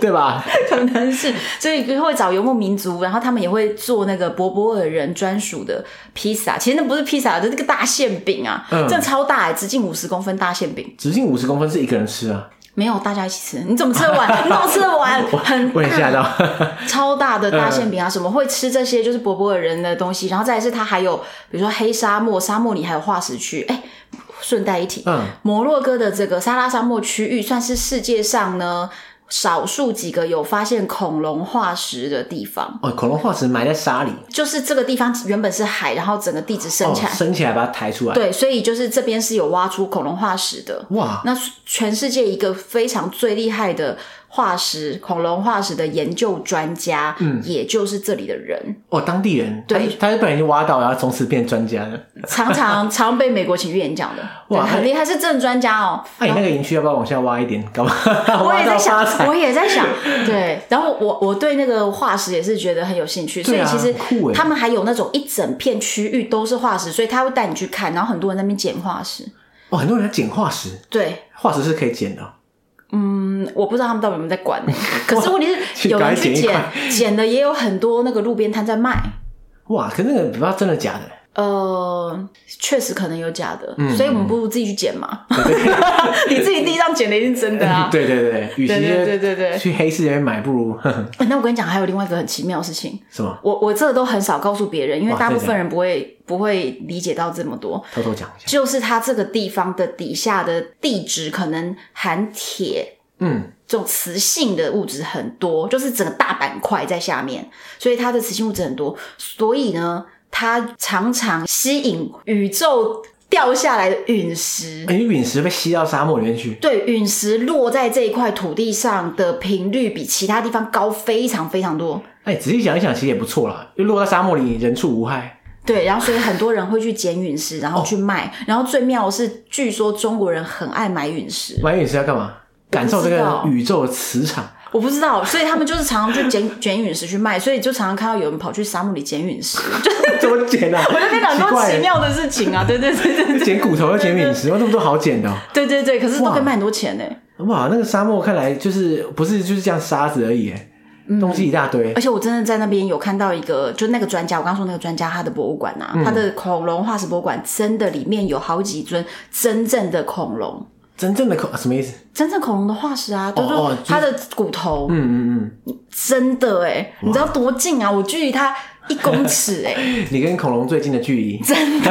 对吧？
可能是，所以会找游牧民族，然后他们也会做那个博博尔人专属的披萨。其实那不是披萨，就是那个大馅饼啊，
嗯
真的超大、欸，直径五十公分大馅饼。
直径五十公分是一个人吃啊，
没有，大家一起吃，你怎么吃得完？你怎么吃得完？很
我也吓
大，
到。嗯
超大的大馅饼啊，什么会吃这些就是博博尔人的东西。然后再来是它还有，比如说黑沙漠，沙漠里还有化石区。哎、顺带一提，
嗯，
摩洛哥的这个撒拉沙漠区域算是世界上呢。少数几个有发现恐龙化石的地方，
哦，恐龙化石埋在沙里，
就是这个地方原本是海，然后整个地质生
哦，
产，
升起来把它抬出来。，
对，所以就是这边是有挖出恐龙化石的。
哇，
那全世界一个非常最厉害的化石、恐龙化石的研究专家，嗯，也就是这里的人，
哦，当地人，
对
他他是被人挖到，然后从此变专家的。
常常常被美国情绪演讲的，对，
哇
很厉害，是正专家哦。
那、你那个营区要不要往下挖一点？搞不好
我
挖
也
到
在
发
想，
财
我。也在想，对。然后我我对那个化石也是觉得很有兴趣，所
对
以
啊
其实
很酷欸
他们还有那种一整片区域都是化石，所以他会带你去看，然后很多人在那边捡化石。
哇，很多人在捡化石，
对，
化石是可以捡的哦。
嗯我不知道他们到底有没有在 管呢、可是问题是，
去
有人去
赶紧捡一
捡
块
捡的也有很多那个路边摊在卖。
哇，可是那个不知道真的假的。
呃，确实可能有假的，
嗯
所以我们不如自己去捡嘛。 你自己地上捡的一定是真的 啊。
对对对，与其
对对对对对
去黑市那边买，不如 呵呵
那我跟你讲，还有另外一个很奇妙的事情，
什么
我我这个都很少告诉别人，因为
哇
大部
哦真的
分人不会不会理解到这么多。
偷偷讲一下。
就是它这个地方的底下的地质可能含铁
嗯，
这种磁性的物质很多，就是整个大板块在下面，所以它的磁性物质很多，所以呢，它常常吸引宇宙掉下来的陨石。
哎，陨石被吸到沙漠里面去，
对陨石落在这一块土地上的频率比其他地方高非常非常多，
哎，仔细想一想，其实也不错啦，因为落在沙漠里人畜无害。
对，然后所以很多人会去捡陨石，然后去卖。然后最妙的是，据说中国人很爱买陨石，
买陨石要干嘛？感受这
我不知
个
道
宇宙的磁场。
我不知道，所以他们就是常常去捡 捡陨石去卖，所以就常常看到有人跑去沙漠里捡陨石，就
怎么捡 啊？我
那边很多奇，妙的事 情啊！对对对对对
捡骨头又捡陨石，哇，那么多好捡的哦、
对对对，可是都
哇
可以卖很多钱呢、
哇，那个沙漠看来就是不是就是这样沙子而已，哎
嗯
东西一大堆
而。且我真的在那边有看到一个，就那个专家，我刚说那个专家他的博物馆啊，
嗯
他的恐龙化石博物馆真的里面有好几尊真正的恐龙，
真正的恐什么意思？
真正恐龙的化石啊，就
哦
是
就是
它的骨头，
嗯嗯
真的哎、你知道多近啊？我距离它一公尺哎、
嗯，你跟恐龙最近的距离，真的。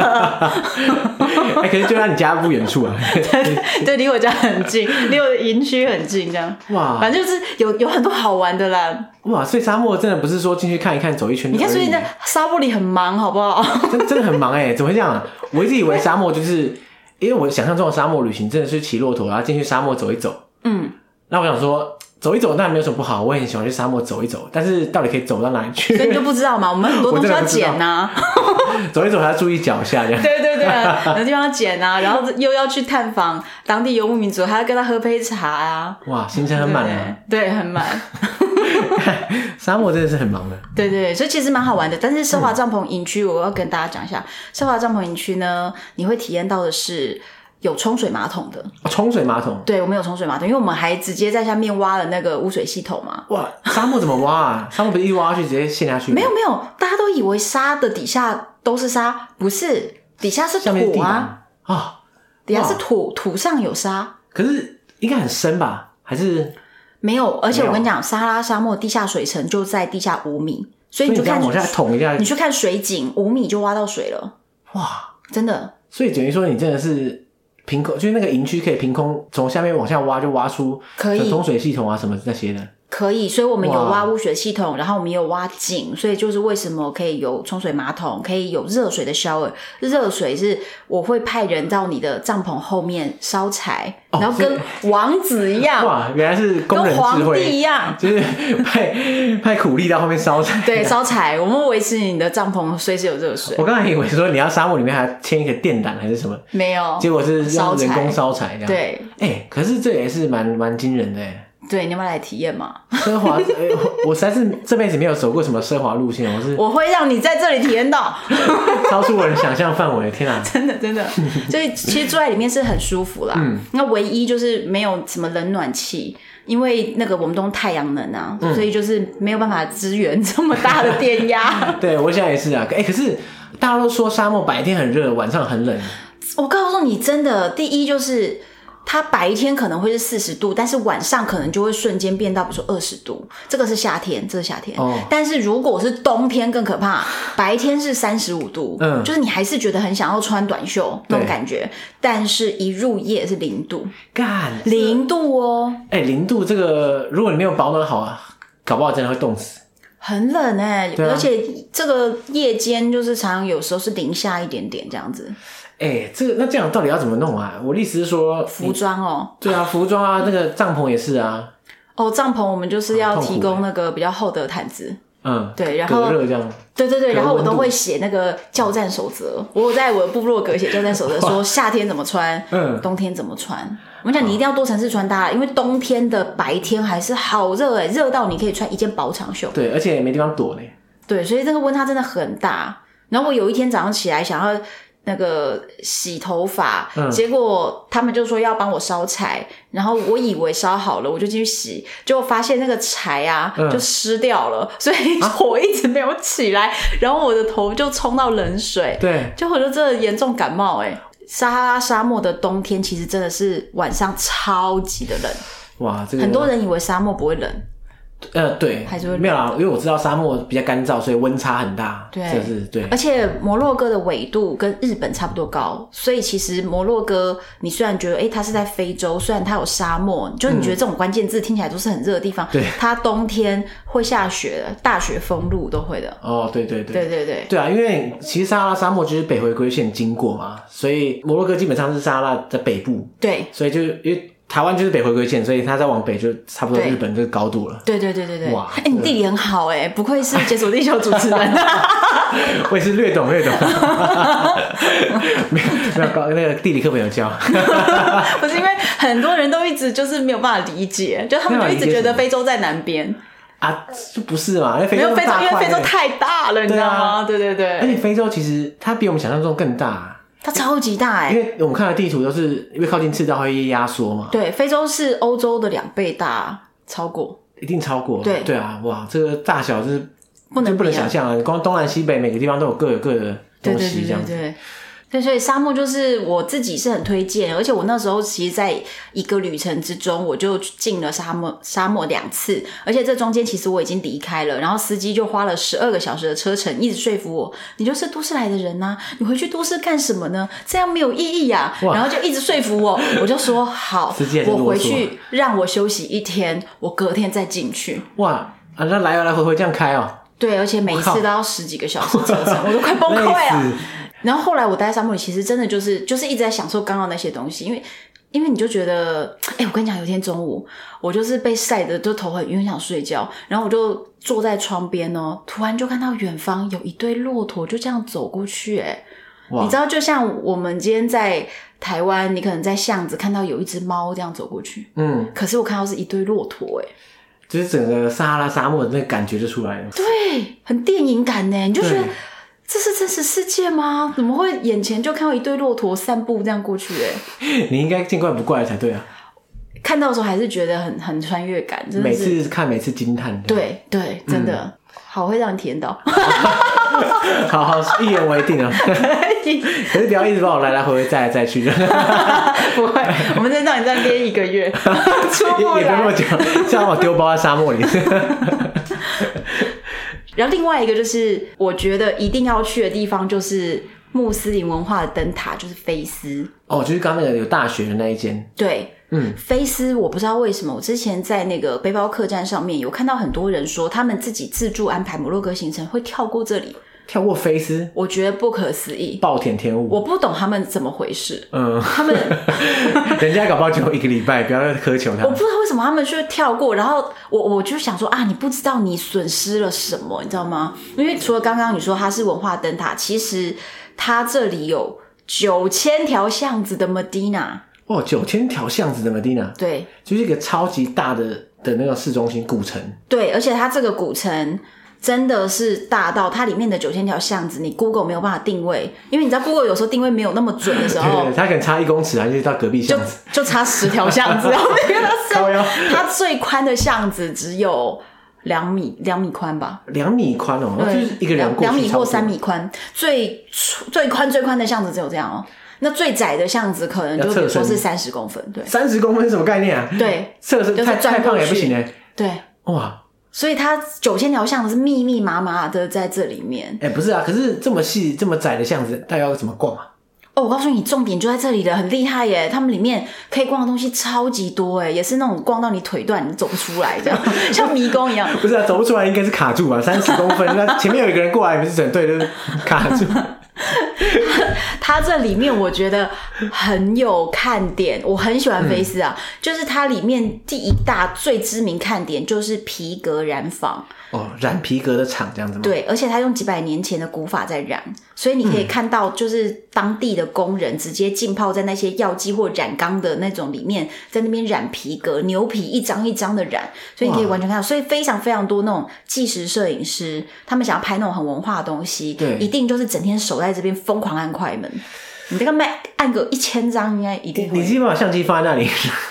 哎，可是就在你家不远处 啊。
对，离我家很近，离我的营区很近，这样。
哇
反正就是有有很多好玩的啦。
哇，所以沙漠真的不是说进去看一看走一圈而已。
你看最近在沙漠里很忙，好不好？
真真的很忙哎，怎么会这样啊？我一直以为沙漠就是，因为我想象中的沙漠旅行真的是骑骆驼，然后进去沙漠走一走。
嗯，
那我想说，走一走那没有什么不好，我也很喜欢去沙漠走一走，但是到底可以走到哪里 去？
所以你就不知道嘛，我们很多东西要捡呐、
走一走还要注意脚下 这样。
对对对，很多地方要捡啊，然后又要去探访当地游牧民族，还要跟他喝杯茶啊，
哇，行程很满啊，
对，对很满，
沙漠真的是很忙的。
对对，所以其实蛮好玩的。但是奢华帐篷营区，我要跟大家讲一下，奢华帐篷营区呢，你会体验到的是有冲水马桶的，
哦冲水马桶，
对我们有冲水马桶，因为我们还直接在下面挖了那个污水系统嘛。
哇，沙漠怎么挖啊？沙漠不是一挖下去直接陷下去吗？
没有没有，大家都以为沙的底下都是沙，不是，底下是
下面是
土
地
啊，
板哦啊，
底下是
哇
土，土上有沙。
可是应该很深吧？还是
没有，而且
没有
我跟你讲，撒哈拉沙漠地下水层就在地下五米，所
所以
以
你
你就
这
看
样往下捅一下
你，去看水井，五米就挖到水了，
哇！
真的。
所以等于说你真的是凭空，就是那个营区可以凭空从下面往下挖，就挖出
可以
通水系统啊什么那些的。
可以，所以我们有挖
哇
污水系统，然后我们也有挖井，所以就是为什么可以有冲水马桶，可以有热水的 shower。热水是我会派人到你的帐篷后面烧柴，
哦
然后跟王子一样，
哇，原来是工人
啊跟
智
皇帝一
慧，
样，
就是派派苦力到后面烧柴。
对，烧柴，我们维持你的帐篷随时有热水
我，刚才以为说你要沙漠里面还牵一个电缆还是什么，
没有，
结果是
烧
用
柴
人工烧柴这样。，
对
哎、可是这也是蛮蛮惊人的哎。
对，你要不要来体验嘛？
奢华， 哎我我实在是这辈子没有走过什么奢华路线，我是
我会让你在这里体验到，
超出我的想象范围。天哪、。
真的真的，所以其实住在里面是很舒服啦。那唯一就是没有什么冷暖气，因为那个我们都用太阳能啊，所以就是没有办法支援这么大的电压
对我现在也是啊，哎、可是大家都说沙漠白天很热，晚上很冷，
我告诉你，真的，第一就是。它白天可能会是四十度，但是晚上可能就会瞬间变到，比如说二十度。这个是夏天，这是夏天。
哦
但是如果是冬天更可怕，白天是三十五度，
嗯
就是你还是觉得很想要穿短袖那种
对
感觉，但是一入夜是零度。
干
零度哦，
哎、零度这个，如果你没有保暖好啊，搞不好真的会冻死。
很冷哎、
对啊
而且这个夜间就是常常有时候是零下一点点这样子。
哎、这个那这样到底要怎么弄啊？我的意思是说，
服装哦，
对啊，服装啊，那个帐篷也是啊，
哦，帐篷我们就是要
很痛苦
提供那个比较厚的毯子，
嗯，
对，然后
隔热这样，
对对对，
隔
然后我
温
都
度
会写那个教战守则，我有在我的部落格写教战守则， 说夏天怎么穿，
嗯
冬天怎么穿。我讲你一定要多层次穿搭，因为冬天的白天还是好热哎、热到你可以穿一件薄长袖。
对，而且也没地方躲嘞。
对，所以这个温差真的很大。然后我有一天早上起来想要那个洗头发，
嗯
结果他们就说要帮我烧柴，然后我以为烧好了，我就进去洗，结果发现那个柴啊、
嗯啊
就湿掉了，所以 火一直没有起来，然后我的头就冲到冷水，
对，
结果我就真的严重感冒哎、撒哈拉沙漠的冬天其实真的是晚上超级的冷，
哇，这个
很多人以为沙漠不会冷，
呃，对，
还是会冷
没有啦，因为我知道沙漠比较干燥，所以温差很大，
对
这是对
而，且摩洛哥的纬度跟日本差不多高，所以其实摩洛哥，你虽然觉得诶它是在非洲，虽然它有沙漠，就你觉得这种关键字听起来都是很热的地方，
对
它冬天会下雪的，大雪封路都会的，
哦，对对对
对对对，
对啊，因为其实撒哈拉沙漠就是北回归线经过嘛，所以摩洛哥基本上是撒哈拉的北部，
对
所以就因为台湾就是北回归线，所以它再往北就差不多
对
日本这个高度了。
对对对对对，
哇
哎、你地理很好哎、不愧是解锁地球主持人，
我也是略懂略懂， 没有没有高那个地理课本有教，
不是因为很多人都一直就是没有办法理解，就他们就一直觉得非洲在南边，
啊，就不是嘛？因为非
没
洲
有非洲，
大
因为
块
非洲
那个
太大了，你知道吗？对对
而
对，
且非洲其实它比我们想象中更大、
它超级大哎、
因为我们看的地图都是越靠近赤道会压缩嘛，
对，非洲是欧洲的两倍大，超过
一定超过。
对
对啊，哇，这个大小就是
不能
就不能
比啊
想象啊！光东南西北每个地方都有各有各的
对
东
对
西，
对
这样
对
子。
对。对，所以沙漠就是我自己是很推荐，而且我那时候其实在一个旅程之中，我就进了沙漠沙漠两次，而且这中间其实我已经离开了，然后司机就花了十二个小时的车程，一直说服我，你就是都市来的人呐、你回去都市干什么呢？这样没有意义呀、
哇
然后就一直说服我， 我就说好
司机还，真
我
啰
回
嗦
去让我休息一天，我隔天再进去。
哇啊，那来来回回这样开哦、
对，而且每一次都要十几个小时车程，我都快崩溃啊
累死。
了然后后来我待在沙漠里，其实真的就是就是一直在享受刚刚那些东西，因为因为你就觉得，哎，我跟你讲，有一天中午我就是被晒得就头很晕，想睡觉，然后我就坐在窗边哦，突然就看到远方有一对骆驼就这样走过去，哎，
哇
你知道，就像我们今天在台湾，你可能在巷子看到有一只猫这样走过去，
嗯，
可是我看到是一堆骆驼，哎。
就是整个撒哈拉沙漠的那个感觉就出来了。
对，很电影感呢，你就觉得
对
这是真实世界吗？怎么会眼前就看到一堆骆驼散步这样过去？哎，
你应该见怪不怪才对啊！
看到的时候还是觉得很很穿越感，真的
每
是。
次嗯看，每次惊叹。，
对对，真的、好会让你体验到。
好好一言为定啊！ 可是不要一直把我来来回回再来再 去，也
不会，我们再让你再憋一 个月，出
也
不
不用那么
来。
久，这样我丢包在沙漠里。
然后另外一个就是，我觉得一定要去的地方就是穆斯林文化的灯塔，就是菲斯。
哦，就是刚刚那个有大学的那一间，
对，
嗯，
菲斯，我不知道为什么，我之前在那个背包客栈上面有看到很多人说，他们自己自助安排摩洛哥行程会跳过这里，
跳过菲斯，
我觉得不可思议，
暴殄天物。
我不懂他们怎么回事，
嗯，
他们
人家搞不好只有一个礼拜，不要再苛求他
我不。知道为什么他们就跳过，然后我我就想说啊，你不知道你损失了什么，你知道吗？因为除了刚刚你说它是文化灯塔，其实它这里有九千条巷子的 Medina，
哦，九千条巷子的 Medina，
对，
就是一个超级大的的那个市中心古城。
对，而且它这个古城真的是大到它里面的九千条巷子，你 Google 没有办法定位，因为你知道 Google 有时候定位没有那么准的时
对对
候
对，，它可能差一公尺，还是到隔壁
就
巷子。
就差十条巷子，然后因为
靠
它
腰
是它最宽的巷子只有两米两米宽吧。
两米宽哦，那就是一个人
两
过去
两米
差不
或
多
三，米宽，最粗最宽最宽的巷子只有这样哦。那最窄的巷子可能就
要
比
侧
如说
身
是三十公分，对
三十公分是什么概念啊？，
对
这是
就是
太
转
太胖
过
也不
去
行哎。
对，
哇，
所以它九千条巷子是密密麻麻的在这里面。
哎，不是啊，可是这么细这么窄的巷子，大家要怎么逛啊？
哦，我告诉你，重点就在这里了，很厉害耶！他们里面可以逛的东西超级多哎，也是那种逛到你腿断，你走不出来，这样像迷宫一样。
不是啊，走不出来应该是卡 住吧？三十公分，那前面有一个人过来，你们是整队都卡住。
它这里面我觉得很有看点，我很喜欢菲斯啊，就是它里面第一大最知名看点就是皮革染坊，
哦，染皮革的厂这样子吗？，
对，而且它用几百年前的古法在染，所以你可
嗯
以看到就是当地的工人直接浸泡在那些药剂或染缸的那种里面，在那边染皮革、牛皮一张一张的染，所以你可以
哇
完全看到，所以非常非常多那种纪实摄影师，他们想要拍那种很文化的东西，
对
一定就是整天守在这边疯狂按快门，你大概卖按个一千张应该一定
你
会。
基本把相机放在那里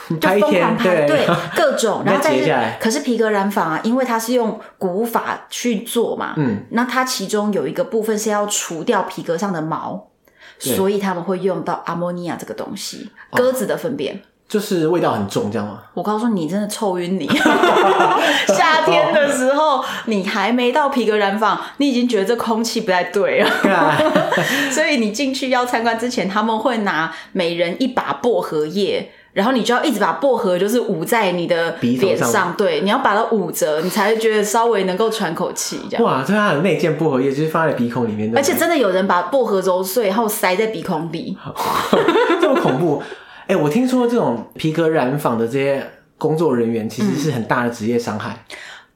就
拍一
疯
天，
狂拍， 对各种，然后
再
但
截下
是
来，
可是皮革染坊啊，因为它是用古法去做嘛，
嗯，
那它其中有一个部分是要除掉皮革上的毛，
对哦
所以他们会用到阿莫尼亚这个东西，鸽子的粪便。
就是味道很重，这样吗？
我告诉你，真的 臭晕你！夏天的时候，你还没到皮革染坊，你已经觉得这空气不太对了。
啊
所以你进去要参观之前，他们会拿每人一把薄荷叶，然后你就要一直把薄荷就是捂在你的
鼻头
脸
上
上，对，你要把它捂着，你才会觉得稍微能够喘口气这样。
哇，对啊，内建薄荷叶就是放在鼻孔里面的，
而且真的有人把薄荷揉碎，然后塞在鼻孔里。
这么恐怖。哎、我听说这种皮革染坊的这些工作人员其实是很大的职业伤害。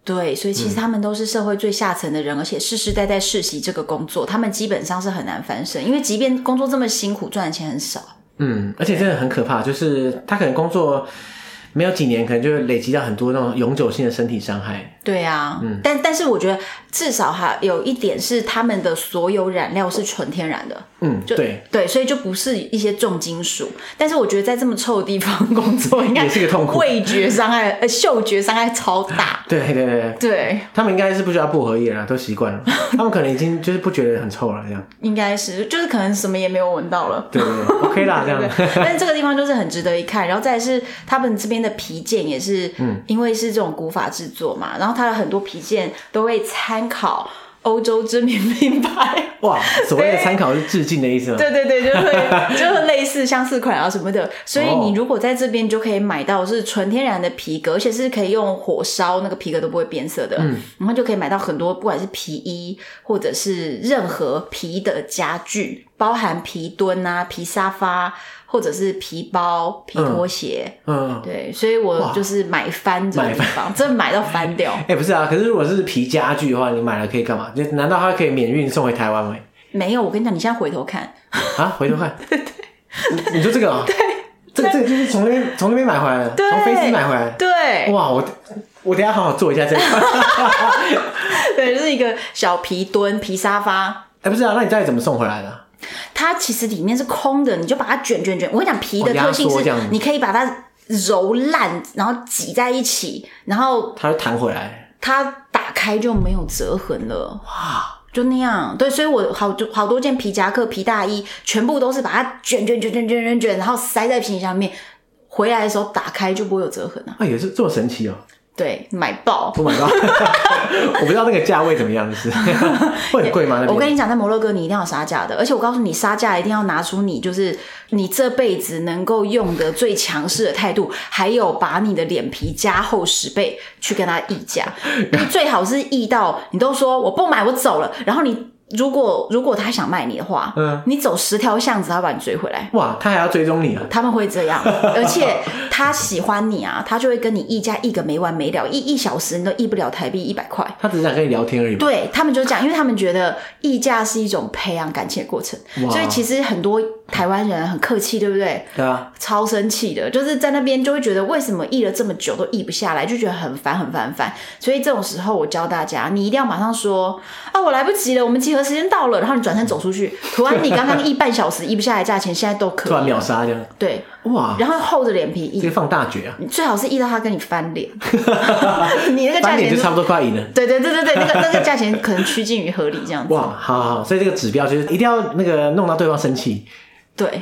对，所
嗯
以其实他们都是社会最下层的人，而且世世代代世袭这个工作，他们基本上是很难翻身，因为即便工作这么辛苦，赚的钱很少。
嗯而且真的很可怕，就是他可能工作没有几年，可能就会累积到很多那种永久性的身体伤害。
对啊，
嗯
但但是我觉得至少哈有一点是他们的所有染料是纯天然的，
嗯，
就
对，
对，所以就不是一些重金属。但是我觉得在这么臭的地方工作，应该
也是个痛苦
味觉伤害、呃嗅觉伤害超大。
对对对对，
对，
他们应该是不需要薄荷叶了，都习惯了。他们可能已经就是不觉得很臭了，这样。
应该是就是可能什么也没有闻到了。
对对 对，OK 啦，这样。
对，但这个地方就是很值得一看。然后再来是他们这边的皮件也是，
嗯
因为是这种古法制作嘛，然后它的很多皮件都会参考欧洲知名品牌。
哇，所谓的参考是致敬的意 思吗？
对对对，就 会就会类似相似款啊什么的，所以你如果在这边就可以买到是纯天然的皮革，而且是可以用火烧，那个皮革都不会变色的。嗯，然后就可以买到很多，不管是皮衣或者是任何皮的家具，包含皮墩啊、皮沙发，或者是皮包、皮拖鞋。
嗯，
对，所以我就是买翻这个地方，真的买到翻掉。
哎、不是啊，可是如果是皮家具的话，你买了可以干嘛？就难道它可以免运送回台湾吗？
没有，我跟你讲，你现在回头看，
啊，回头 看，你你说这个、哦，对，这这个就是从那边从那边买回来的，
对
从菲斯买回来的。
对，
哇，我我等一下好好做一下这个。
对，就是一个小皮墩、皮沙发，
哎、不是啊，那你到底怎么送回来的啊？
它其实里面是空的，你就把它卷卷卷。我跟你讲，皮的
哦压
特性
缩
是
这样子，
你可以把它揉烂，然后挤在一起，然后
它就弹回来。
它打开就没有折痕了。哇！就那样，对，所以我好就好多件皮夹克、皮大衣，全部都是把它卷卷卷卷卷卷卷，然后塞在皮箱里面，回来的时候打开就不会有折痕了、
啊，
啊。
也是这么神奇哦！
对，买爆！
我买到， 我不知道那个价位怎么样，就是 会很贵吗？那边
我跟你讲，在摩洛哥你一定要杀价的，而且我告诉你，杀价一定要拿出你就是你这辈子能够用的最强势的态度，还有把你的脸皮加厚十倍去跟他议 价，你最好是议到你都说我不买我走了，然后你如果如果他想卖你的话，
嗯
你走十条巷子，他把你追回来。
哇，他还要追踪你啊！
他们会 这样，而且他喜欢你啊，他就会跟你议价，议个没完没了，议一小时你都议不了台币一百块。
他只是想跟你聊天而已嘛。
对他们就是这样，因为他们觉得议价是一种培养感情的过程，
哇
所以其实很多台湾人很客气，对不对？
对啊，
超生气的，就是在那边就会觉得为什么议了这么久都议不下来，就觉得很烦很烦很烦。所以这种时候，我教大家，你一定要马上说啊，我来不及了，我们集合时间到了，然后你转身走出去。图案你刚刚议半小时议不下来价钱，现在都
突
可
然
以
秒杀这样，
对，
哇，
然后厚着脸皮
这
议，
个放大绝啊！
你最好是议到他跟你翻 脸， 你那个价
翻脸
钱是
就差不多快赢了。
对对对对对，那个那个价钱可能趋近于合理这样子。
哇，好好好，所以这个指标就是一定要那个弄到对方生气，
对，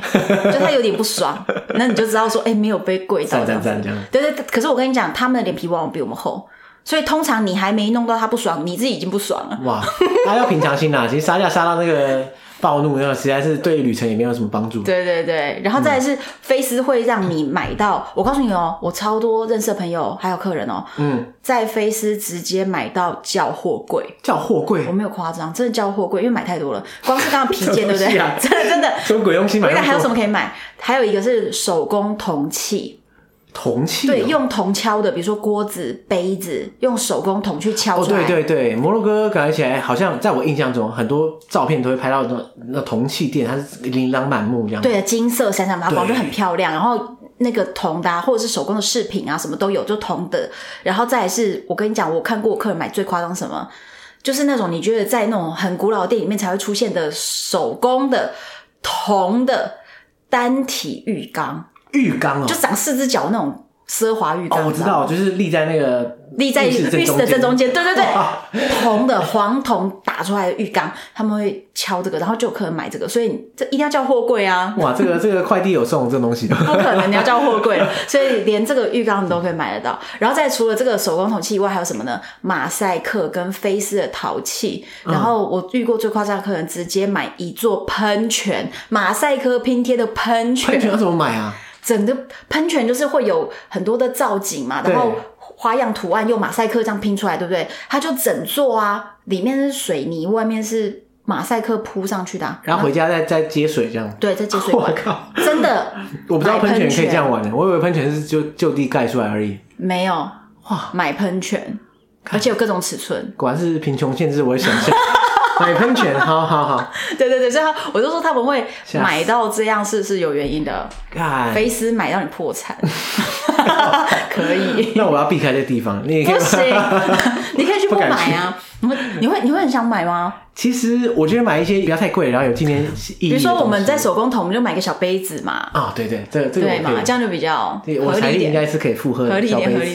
就他有点不 爽，那你就知道说，哎、没有被跪到
赞
这样
赞赞
子。
这样。
对对，对可是我跟你讲，他们的脸皮往往比我们厚，所以通常你还没弄到他不爽，你自己已经不爽了。
啊哇，大家要平常心啦。其实杀价杀到那个暴怒，那实在是对旅程也没有什么帮助。
对对对，然后再来
嗯
是菲斯会让你买到，我告诉你哦，我超多认识的朋友还有客人哦，
嗯，
在菲斯直接买到叫货柜，
叫货柜
我，没有夸张，真的叫货柜，因为买太多了，光是刚刚皮 件对不
什么东西
对？
啊
真的真的，
什么鬼东西买
回
那
来还有
么
什
多
么可以买？还有一个是手工铜器，
铜器、哦？
对，用铜敲的，比如说锅子、杯子，用手工铜去敲
哦，
出来。
对对对，摩洛哥感觉起来好像在我印象中，很多照片都会拍到那那铜器店，它是琳琅满目这样。，
对金色闪闪发光
对
就很漂亮。然后那个铜的、啊、或者是手工的饰品啊，什么都有，就铜的。然后再来是我跟你讲，我看过我客人买最夸张什么，就是那种你觉得在那种很古老的电影里面才会出现的手工的铜的单体浴缸，
浴缸哦
就，长四只脚那种奢华浴缸。
哦，我知，道，就是立在那个
立在
浴室
浴室的正中
中间。
间，对对对
哇，
铜的黄铜打出来的浴缸，他们会敲这个，然后就有客人买这个，所以你这一定要叫货柜啊。
哇，这个这个快递有送这个东西的，哦
不可能，你要叫货柜， 所以连这个浴缸你都可以买得到。然后再除了这个手工铜器以外，还有什么呢？马赛克跟菲斯的陶器。
嗯
然后我遇过最夸张的客人，直接买一座喷泉，马赛克拼贴的喷泉，
喷泉要怎么买啊？
整个喷泉就是会有很多的造景嘛，
对
然后花样图案用马赛克这样拼出来，对不对？它就整座啊，里面是水泥，外面是马赛克铺上去的啊、
然后回家再再接水这样。
对，在接水
我
管，
靠，
真的
我不知道
买
喷泉
喷
可以这样
泉
玩的，我以为喷泉是就就地盖出来而已。
没有
哇，
买喷泉，而且有各种尺寸。
果然是贫穷限制我的想 象。买喷泉，好好好，
对对对，所以他我就说他们会
吓死嗯
买到这样是是有原因的，
干。
菲斯买到你破 产，可以。
那我要避开这地方，你也可以
不
把
行， 你可以去
不
不
敢
买啊！你会你会你会很想买吗？
其实我觉得买一些不要太贵，然后有纪念意义。
比如说我们在手工桶，我们就买个小杯子嘛，
啊、对对，这个这个
对
我可
嘛，
以，
这样就比较
对我
合
财
理一
力应该
点，
是可以负荷
合理一
小杯
点，
子。
合理一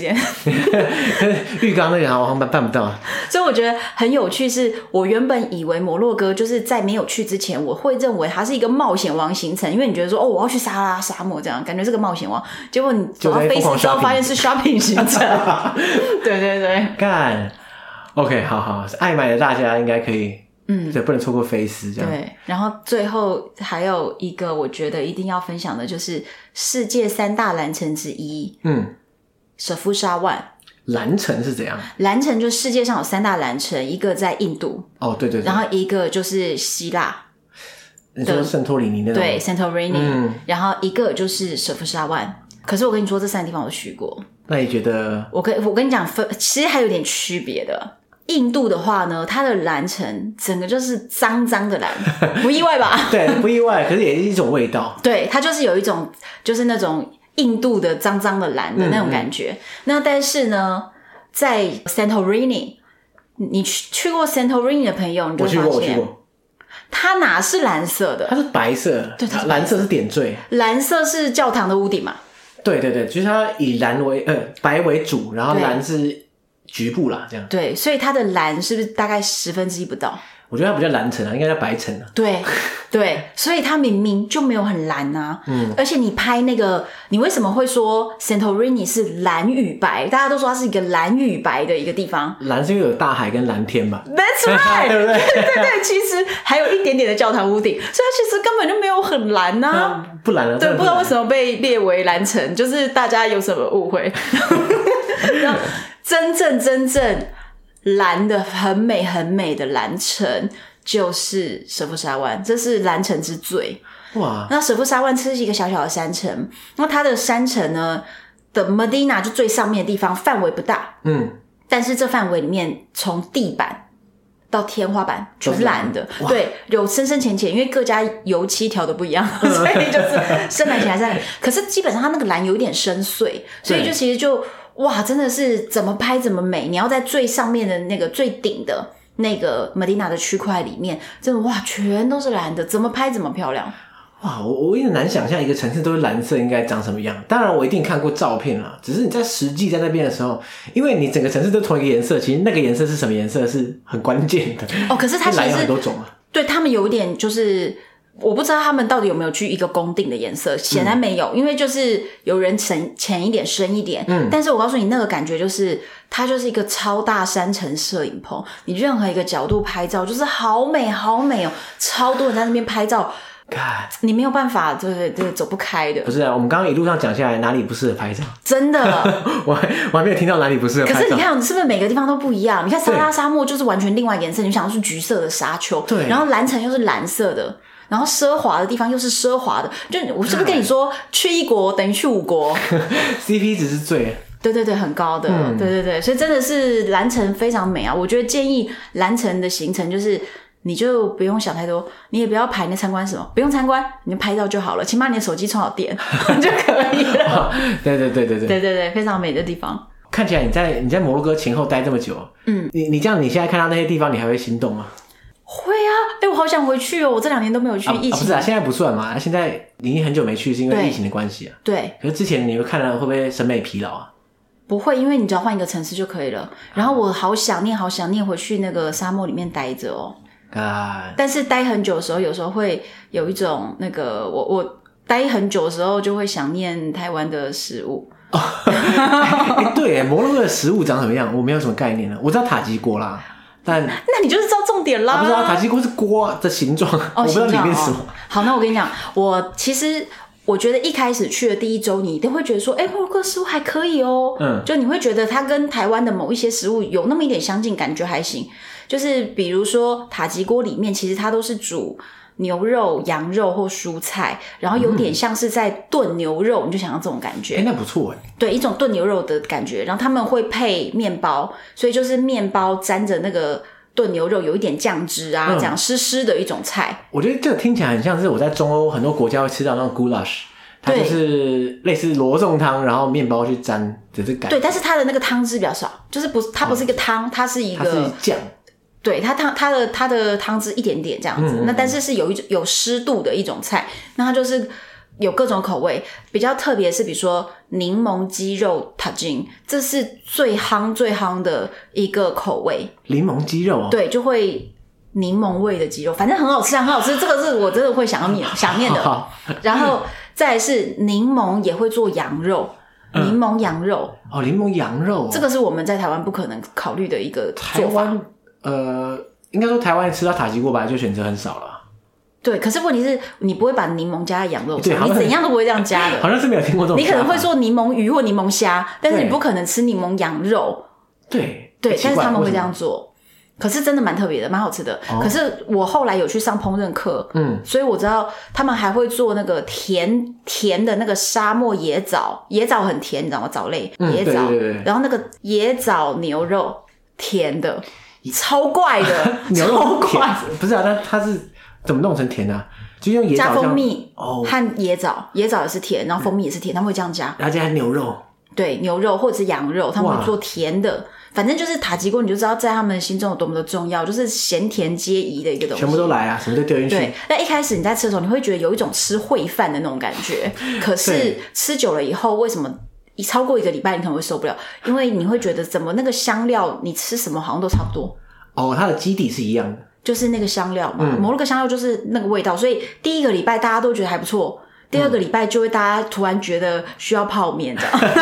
点。
浴缸那个好像办办不到，
所以我觉得很有趣是，我原本以为摩洛哥就是在没有去之前，我会认为它是一个冒险王行程，因为你觉得说哦，我要去撒哈拉沙漠这样，感觉是个冒险王。结果你走到
就在
菲
疯狂
斯之后，
shopping
发现是 shopping 行程。 对对对，
干。OK，好好，爱买的大家应该可以，
嗯，
对，不能错过菲斯这样。
对。然后最后还有一个我觉得一定要分享的就是世界三大蓝城之一
嗯，
舍夫沙万。
蓝城是怎样？
蓝城就是世界上有三大蓝城，一个在印度，
哦，对对对，
然后一个就是希腊，
你说圣托里尼那种，
对 Santorini，、
嗯
然后一个就是舍夫沙万。可是我跟你说，这三个地方我去过，
那你觉得
我跟我跟你讲分，其实还有点区别的。印度的话呢，它的蓝城整个就是脏脏 的蓝，不意外吧？
对不意外，可是也是一种味 道。
对，它就是有一种就是那种印度的脏脏的蓝
嗯
的那种感觉。那但是呢，在 Santorini，你去去过 Santorini 的朋友，你就
我
会
去
发
过，我去
现
过，
它哪是蓝色
它
的，
是白色，
对它是白色
蓝色是点缀，
蓝色是教堂的屋顶嘛。
对对对，就是它以蓝为呃白为主，然后
对
蓝是局部啦，这样。
对，所以它的蓝是不是大概十分之一不到？
我觉得它不叫蓝城啊，应该叫白城啊。
对，对，所以它明明就没有很蓝啊。嗯，而且你拍那个，你为什么会说 Santorini 是蓝与白？大家都说它是一个蓝与白的一个地方。
蓝是因为有大海跟蓝天吧？
That's
对
right，
不对？
对对，其实还有一点点的教堂屋顶，所以它其实根本就没有很蓝呐、啊。
啊不蓝了，
对，
真的
不
不
知道
蓝
为什么被列为蓝城，就是大家有什么误 会。然后真正真正蓝的很美很美的蓝城，就是舍夫沙湾，这是蓝城之最。
哇，
那舍夫沙湾是一个小小的山城，那它的山城呢的 Medina 就最上面的地方，范围不大，
嗯，
但是这范围里面，从地板到天花板全是蓝的
都是蓝的，哇
对，有深深浅浅，因为各家油漆调的不 一样，所以就是深蓝浅还是蓝。可是基本上它那个蓝有一点深邃，所以
对
就其实就哇，真的是怎么拍怎么美。你要在最上面的那个最顶的。那个 Medina 的区块里面，真的哇，全都是蓝的，怎么拍怎么漂亮。
哇，我我有点难想象一个城市都是蓝色应该长什么样。当然，我一定看过照片啦，只是你在实际在那边的时候，因为你整个城市都同一个颜色，其实那个颜色是什么颜色是很关键的。
哦可是它其实
蓝有很多种啊，
对他们有一点就是我不知道他们到底有没有去一个公定的颜色，显然没有，因为就是有人浅浅一点，深一点。嗯，但是我告诉你，那个感觉就是它就是一个超大山城摄影棚，你任何一个角度拍照，就是好美好美哦，超多人在那边拍照，
看，
你没有办法，对对对，走不开的
不，是啊，我们刚刚一路上讲下来，哪里不适合拍照？
真的。
我还我还没有听到哪里不适合
可
拍
是
照
你。看，是不是每个地方都不一样？你看撒哈拉
对
沙漠就是完全另外颜色，你想要是橘色的沙丘，
对
然后蓝城又是蓝色的，然后奢华的地方又是奢华的。就我是不是跟你说，去一国等于去五 国？
CP 值是最
对对对，很高的，
嗯
对对对，所以真的是蓝城非常美啊！我觉得建议蓝城的行程就是。你就不用想太多，你也不要排那参观什么，不用参观，你就拍照就好了，请把你的手机充好 电就可以了。
啊对对对对对，
对对对，非常美的地方。
看起来你在你在摩洛哥前后待这么久，嗯，你你这样你现在看到那些地方，你还会心动吗？
会啊，哎、我好想回去哦！我这两年都没有去
啊，
疫
啊不
情
是啊，现在不算嘛，现在已经很久没去，是因
对
为疫情的关系啊。
对，
可是之前你会看了会不会审美疲劳啊？
不会，因为你只要换一个城市就可以了。然后我好想念，好想念回去那个沙漠里面待着哦。
啊，
但是待很久的时候，有时候会有一种那个我我待很久的时候就会想念台湾的食物。
哎对耶，摩洛哥的食物长什么样？我没有什么概念啊呢。我知道塔吉锅啦，但
那你就是知道重点啦。
啊不知道塔吉锅是锅的形状，我
哦，
不知道里面是什
形
么
状。哦。好，那我跟你讲，我其实我觉得一开始去的第一周，你一定会觉得说，哎、摩洛哥食物还可以哦，
嗯
就你会觉得它跟台湾的某一些食物有那么一点相近，感觉还行。就是比如说塔吉锅里面，其实它都是煮。牛肉、羊肉或蔬菜，然后有
嗯
点像是在炖牛肉，你就想要这种感觉。
哎、那不错哎，
对，一种炖牛肉的感觉。然后他们会配面包，所以就是面包沾着那个炖牛肉，有一点酱汁啊，
嗯
这样湿湿的一种菜。
我觉得这个听起来很像是我在中欧很多国家会吃到那种 goulash，它
对
就是类似罗宋汤，然后面包去沾的这感
对，
觉，
但是它的那个汤汁比较少，就是不，它不是一个汤，它是一
哦它是
个，
酱。
对，它汤它的它的汤汁一点点这样子。
嗯嗯
那但是是有一种有湿度的一种菜，那它就是有各种口味，比较特别是比如说柠檬鸡肉塔金，这是最夯最夯的一个口味，
柠檬鸡肉哦，
对，就会。柠檬味的鸡肉，反正很好吃啊，很好吃。这个是我真的会 想要念想念的。
好
然后再来是柠檬也会做羊肉，
嗯
柠檬羊肉，
哦，柠檬羊肉、哦，
这个是我们在台湾不可能考虑的一个
台
做法。
湾呃，应该说台湾吃到塔吉锅本来就选择很少了，
对，可是问题是你不会把柠檬加在羊肉
对
上，
好
你
像
怎样都不会这样加
好
的。
像是没有听过这种
你
想
可
法。
能会做柠檬鱼或柠檬虾，但是你
对
不可能吃柠檬羊肉。
对
对，
奇
但
怪
是他们
为
会
什
这
么
样做。可是真的蛮特别的，蛮好吃的。
哦
可是我后来有去上烹饪课，
嗯，
所以我知道他们还会做那个甜甜的那个沙漠野枣，野枣很甜，你知道吗？藻类，
嗯
野枣，
对对对对
然后那个野枣牛肉，甜的，超怪的
，牛
超
肉是
怪
甜，， 不是啊？那它是怎么弄成甜的啊、就用野
加
枣
蜂
酱
蜜
哦，
和野枣，野枣也是甜，然后蜂蜜也是甜，他们会这样加。
然后加牛肉，
对，牛肉或者是羊肉，他们
哇
会做甜的，反正就是塔吉锅，你就知道在他们心中有多么的重要，就是咸甜皆宜的一个东西。
全部都来啊，什么都丢进
对哎
去。，
那一开始你在吃的时候，你会觉得有一种吃烩饭的那种感 觉，可是
对
吃久了以后，为什么？一超过一个礼拜，你可能会受不了，因为你会觉得怎么那个香料，你吃什么好像都差不多，
哦，它的基底是一样的，
就是那个香料嘛，摩洛哥香料就是那个味道，所以第一个礼拜大家都觉得还不错，第二个礼拜就会大家突然觉得需要泡面这 样，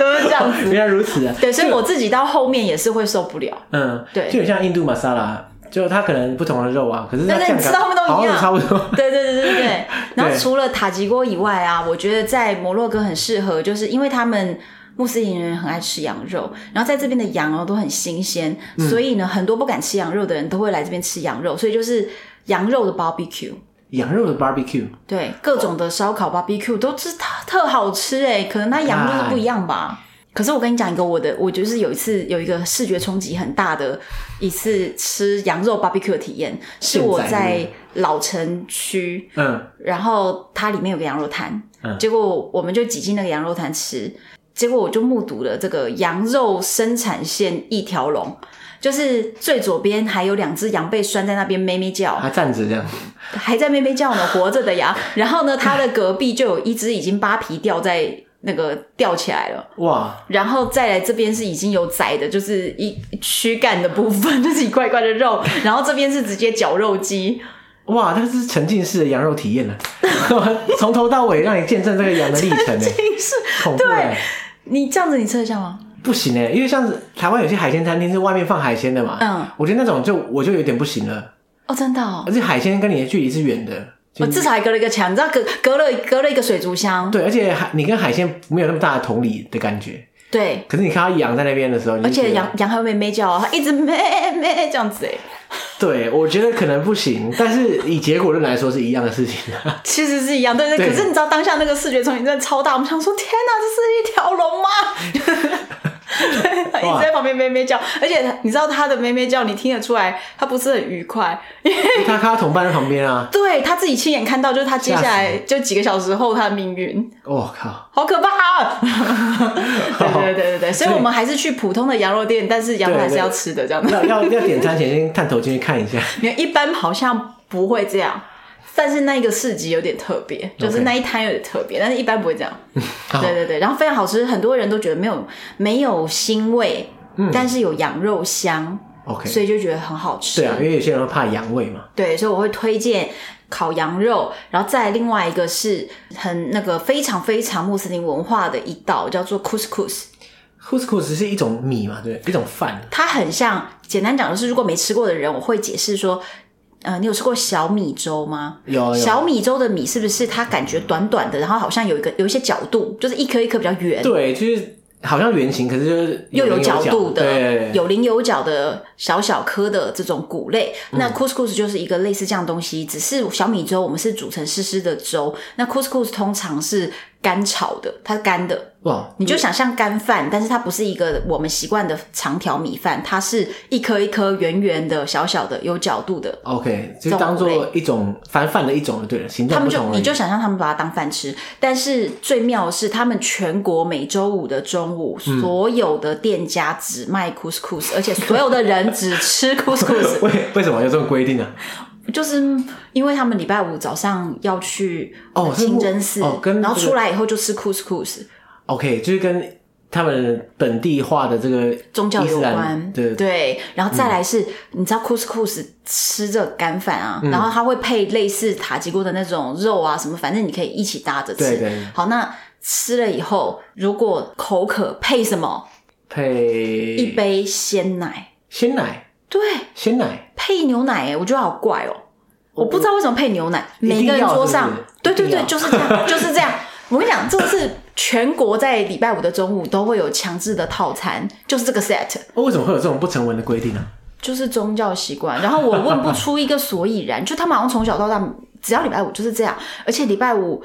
都是这样 子。
原来如此啊。
对，所以我自己到后面也是会受不了。
嗯，
对
就很像印度玛莎拉，就它可能不同的肉啊，可是它
对对
酱
你吃到后面都一
好像
样
差不多。
对对对对对。然后
对
除了塔吉锅以外啊，我觉得在摩洛哥很适合，就是因为他们。穆斯林人很爱吃羊肉，然后在这边的羊哦都很新鲜，所以呢，很多不敢吃羊肉的人都会来这边吃羊肉，所以就是羊肉的 barbecue，
羊肉的 barbecue，
对，各种的烧烤 barbecue 都是特特好吃哎、可能它羊肉是不一样吧。
哎
可是我跟你讲一个我的，我就是有一次有一个视觉冲击很大的一次吃羊肉 barbecue 的体验，是我
现在
在老城区，
嗯，
然后它里面有个羊肉摊，
嗯
结果我们就挤进那个羊肉摊吃，结果我就目睹了这个羊肉生产线一条龙。就是最左边还有两只羊被拴在那边咩咩叫，
还站着这样，
还在咩咩叫呢，活着的 羊。然后呢，它的隔壁就有一只已经扒皮吊在那个吊起来了，
哇，
然后再来这边是已经有宰的，就是一躯干的部分，就是一块一块的肉，然后这边是直接绞肉机。
哇，那是沉浸式的羊肉体验呢， 从头到尾让你见证这个羊的历 程呢，
是
恐怖哎
对，你这样子，你吃得下吗？
不行哎，因为像是台湾有些海鲜餐厅是外面放海鲜的嘛，
嗯，
我觉得那种就我就有点不行了，
哦，真的哦
而，且海鲜跟你的距离是远的，就
我至少还隔了一个墙，你知道隔隔了隔了一个水族箱，
对，而且海你跟海鲜没有那么大的同理的感觉，
对，
可是你看到羊在那边的时候，你就
而
觉
且
得
羊羊还会咩咩叫哦，它一直咩咩这样子哎，
对，我觉得可能不行，但是以结果论来说是一样的事情 啊。
其实是一样，对对。
对
可是你知道当下那个视觉冲击真的超大，我们想说天哪，这是一条龙吗？对，它一直在旁边咩咩叫，而且你知道它的咩咩叫，你听得出来，它不是很愉快，因为
他看他同伴在旁边啊，
对他自己亲眼看到，就是他接下
吓
来就几个小时后他的命运，
我、哦靠，
好可怕、啊！对对对对对，所以我们还是去普通的羊肉店，但是羊肉还是要吃的这样
要
子。
要要点餐前先探头进去看一 下。
你一般好像不会这样，但是那一个市集有点特别，就是那一摊有点特别，但是一般不会这样。
好
对对对，然后非常好吃，很多人都觉得没有没有腥味，但是有羊肉香，
嗯，OK，
所以就觉得很好吃。
对啊，因为有些人会怕羊味嘛。
对，所以我会推荐烤羊肉，然后再另外一个是很那个非常非常穆斯林文化的一道叫做 couscous，
Couscous 是一种米嘛，对不对，一种饭。
它很像，简单讲就是，如果没吃过的人，我会解释说，呃，你有吃过小米粥吗？
有哦有
小米粥的米是不是它感觉短短的，然后好像有一个有一些角度，就是一颗一颗比较圆，
对，就是好像圆形，可是就是
又
棱
有角度的
对，，
有棱有角的小小颗的这种谷类。那 couscous 就是一个类似这样的东西，只是小米粥我们是煮成湿湿的粥，那 couscous 通常是干炒的，它是干的。
哇，
你就想象干饭，但是它不是一个我们习惯的长条米饭，它是一颗一颗圆圆的、小小的、有角度的。
OK，就当做一种反饭的一种，对了，形
他
状
们
不
就
同而
你
已
就。想象他们把它当饭吃，但是最妙的是，他们全国每周五的中午，
嗯
所有的店家只卖 couscous，而且所有的人只 吃 couscous，
为为什么有这种规定啊？
就是因为他们礼拜五早上要去呃
哦是
清真寺，
哦跟
然后
这个
出来以后就吃 couscous，
OK，就是跟他们本地化的这个
宗教
伊斯
有
兰
关，
对
然后再来是，你知道 couscous 吃着干饭啊，
嗯
然后它会配类似塔吉锅的那种肉啊什么，反正你可以一起搭着吃。
对对
好，那吃了以后，如果口渴，配什么？
配
一杯鲜奶，
鲜奶，
对，
鲜奶
配牛奶、欸，我觉得好怪哦、我不知道为什么配牛奶，
一定
每个人
要
桌
是不是
上，对对
一定
对，
要
就是这样， 就是这样。我跟你讲，这个是全国在礼拜五的中午都会有强制的套餐，就是这个 set。
哦为什么会有这种不成文的规定呢、啊
就是宗教习惯，然后我问不出一个所以然， 就他们好像从小到大，只要礼拜五就是这样，而且礼拜五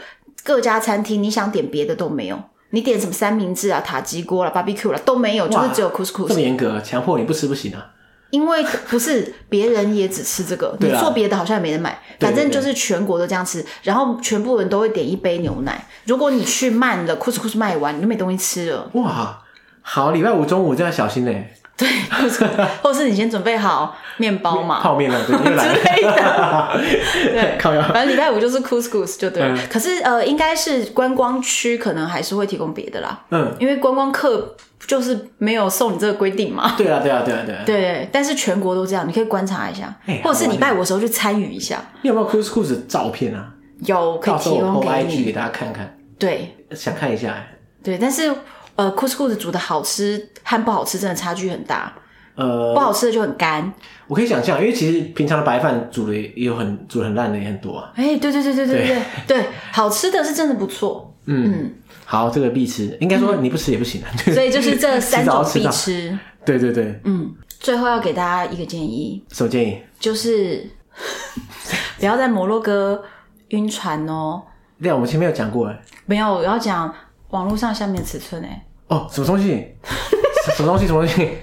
各家餐厅你想点别的都没有，你点什么三明治啊、塔吉锅啦、barbecue 啦都没有，就是
哇
只有
这么
couscous，
严格，强迫你不吃不行啊！
因为不是别人也只吃这个，你
对啊
做别的好像也没人买，
对
反正就是全国都这样吃，然后全部人都会点一杯牛奶，如果你去慢了，couscous 卖完你就没东西吃了，
哇，好，礼拜五中午这样小心欸嘞、
对，couscous，或者是你先准备好面包嘛，
泡面了，对，又来
之类的
了，
对
靠腰。
反正礼拜五就是 couscous 就对了。
嗯
可是呃，应该是观光区可能还是会提供别的啦，
嗯，
因为观光客就是没有受你这个规定嘛。
对啊，对啊，对啊，对啊。
对，但是全国都这样，你可以观察一下，
哎
或者是
好玩
礼拜五的时候去参与一下，
你有没有 couscous 的照片啊？
有可以
到时候
提
我 PO
供给
IG 给
你。
大家看看，
对
想看一下、欸。
对，但是呃，couscous 煮的好吃和不好吃真的差距很大，
呃
不，好吃的就很干。
我可以想象，因为其实平常的白饭煮的也有很煮得很烂的也很多啊。
哎，对对对对对对对，好吃的是真的不错，嗯，
好，这个必吃，应该说你不吃也不行啊。
所以就是 这三种
迟
必
早迟
吃。
对对对，
嗯，最后要给大家一个建议，
什么建议？
就是 不要在摩洛哥晕船哦。
对啊，我们前面有讲过哎。
没有，我要讲网络上下面的尺寸哎、
哦，什么东 西？什什么东西？什么东西？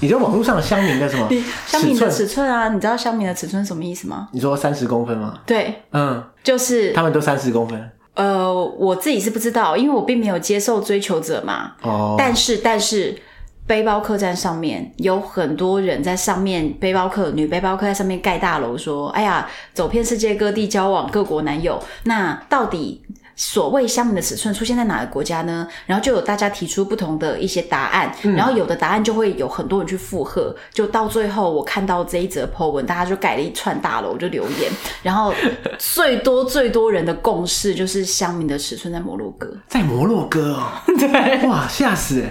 你在网络上乡民的什么
香米
尺寸？
的尺寸啊，你知道香米的尺寸什么意思吗？
你说三十公分吗？
对，
嗯，
就是
他们都三十公分
呃，我自己是不知道，因为我并没有接受追求者嘛。
哦。
但是，但是。背包客栈上面有很多人在上面，背包客女背包客在上面盖大楼，说：“哎呀，走遍世界各地交往各国男友，那到底所谓乡民的尺寸出现在哪个国家呢？然后就有大家提出不同的一些答案，然后有的答案就会有很多人去附和，就到最后我看到这一则 po 文，大家就盖了一串大楼就留言，然后最多最多人的共识就是乡民的尺寸在摩洛哥，
在摩洛哥 哦，对，哇，吓死！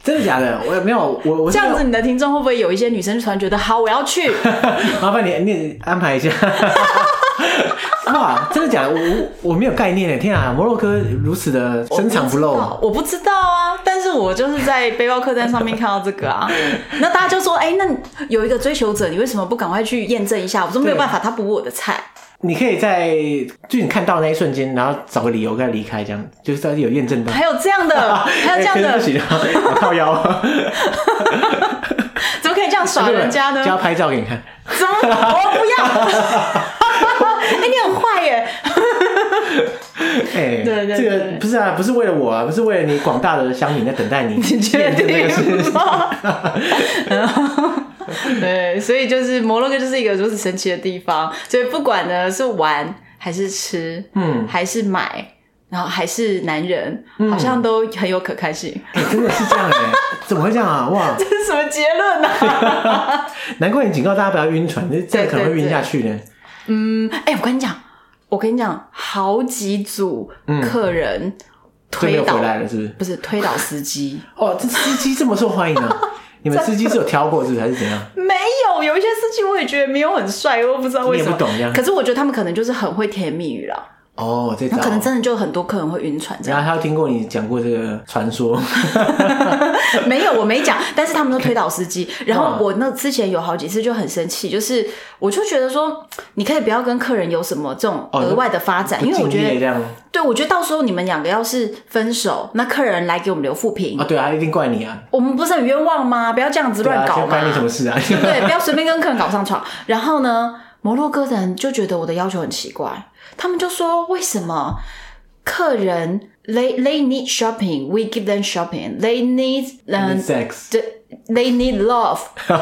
真的假的？我没有，我我
这样
是
子你的听众会不会有一些女生就突然觉得好我要 去？
麻烦你你安排一 下。哇，真的假的？我我我没有概念耶天啊，摩洛哥如此的深藏不露，
我不知道啊，但是我就是在背包客栈上面看到这个 啊，那大家就说，哎、那有一个追求者，你为什么不赶快去验证一下？我说没有办法，他不我的菜。
你可以在就你看到那一瞬间，然后找个理由跟他离开，这样就是到底有验证到。
还有这样 的，还有这样
哎
的
可，是不行啊，我靠腰，
怎么可以这样耍人家呢？
就要拍照给你看。
怎么？我不要！ 哎、你很坏耶！
哎，
对对
这
对
个不是啊，不是为了我啊，不是为了你广大的乡民在等待你
你确
验证这个事
定吗？ 对，所以就是摩洛哥就是一个如此神奇的地方，所以不管呢是玩还是吃，嗯，还是买，然后还是男人，好像都很有可看 性。
哎、真的是这样哎、怎么会这样啊？哇，
这是什么结论呢、
难怪你警告大家不要晕船，这这样可能会晕下去呢。
哎、我跟你讲，我跟你讲，好几组客人
就没
嗯推
有
倒，
回来了，是不是？
不是推倒司机。
哦，这司机这么受欢迎啊！你们司机是有挑过是不是还是怎样？
没有，有一些事情我也觉得没有很帅，我不知道为什
你
么。
也不懂呀
可是我觉得他们可能就是很会甜言蜜语啦，
哦，这招
那可能真的就很多客人会晕船这
然
样。
后他有听过你讲过这个传说，
没有，我没讲，但是他们都推倒司机。
嗯
然后我那之前有好几次就很生气，就是我就觉得说，你可以不要跟客人有什么这种
哦
额外的发展，因为我
不敬
觉
业这
得，
样
对我觉得到时候你们两个要是分手，那客人来给我们留负评，
啊，对啊，一定怪你啊，
我们不是很冤枉吗？不要这样子
对
乱
啊，
搞
这
嘛。
关你什么事啊？
对，不要随便跟客人搞上床。然后呢，摩洛哥人就觉得我的要求很奇怪，他们就说为什么客人 they they need shopping, we give them shopping, they need um
sex，
the- They need love,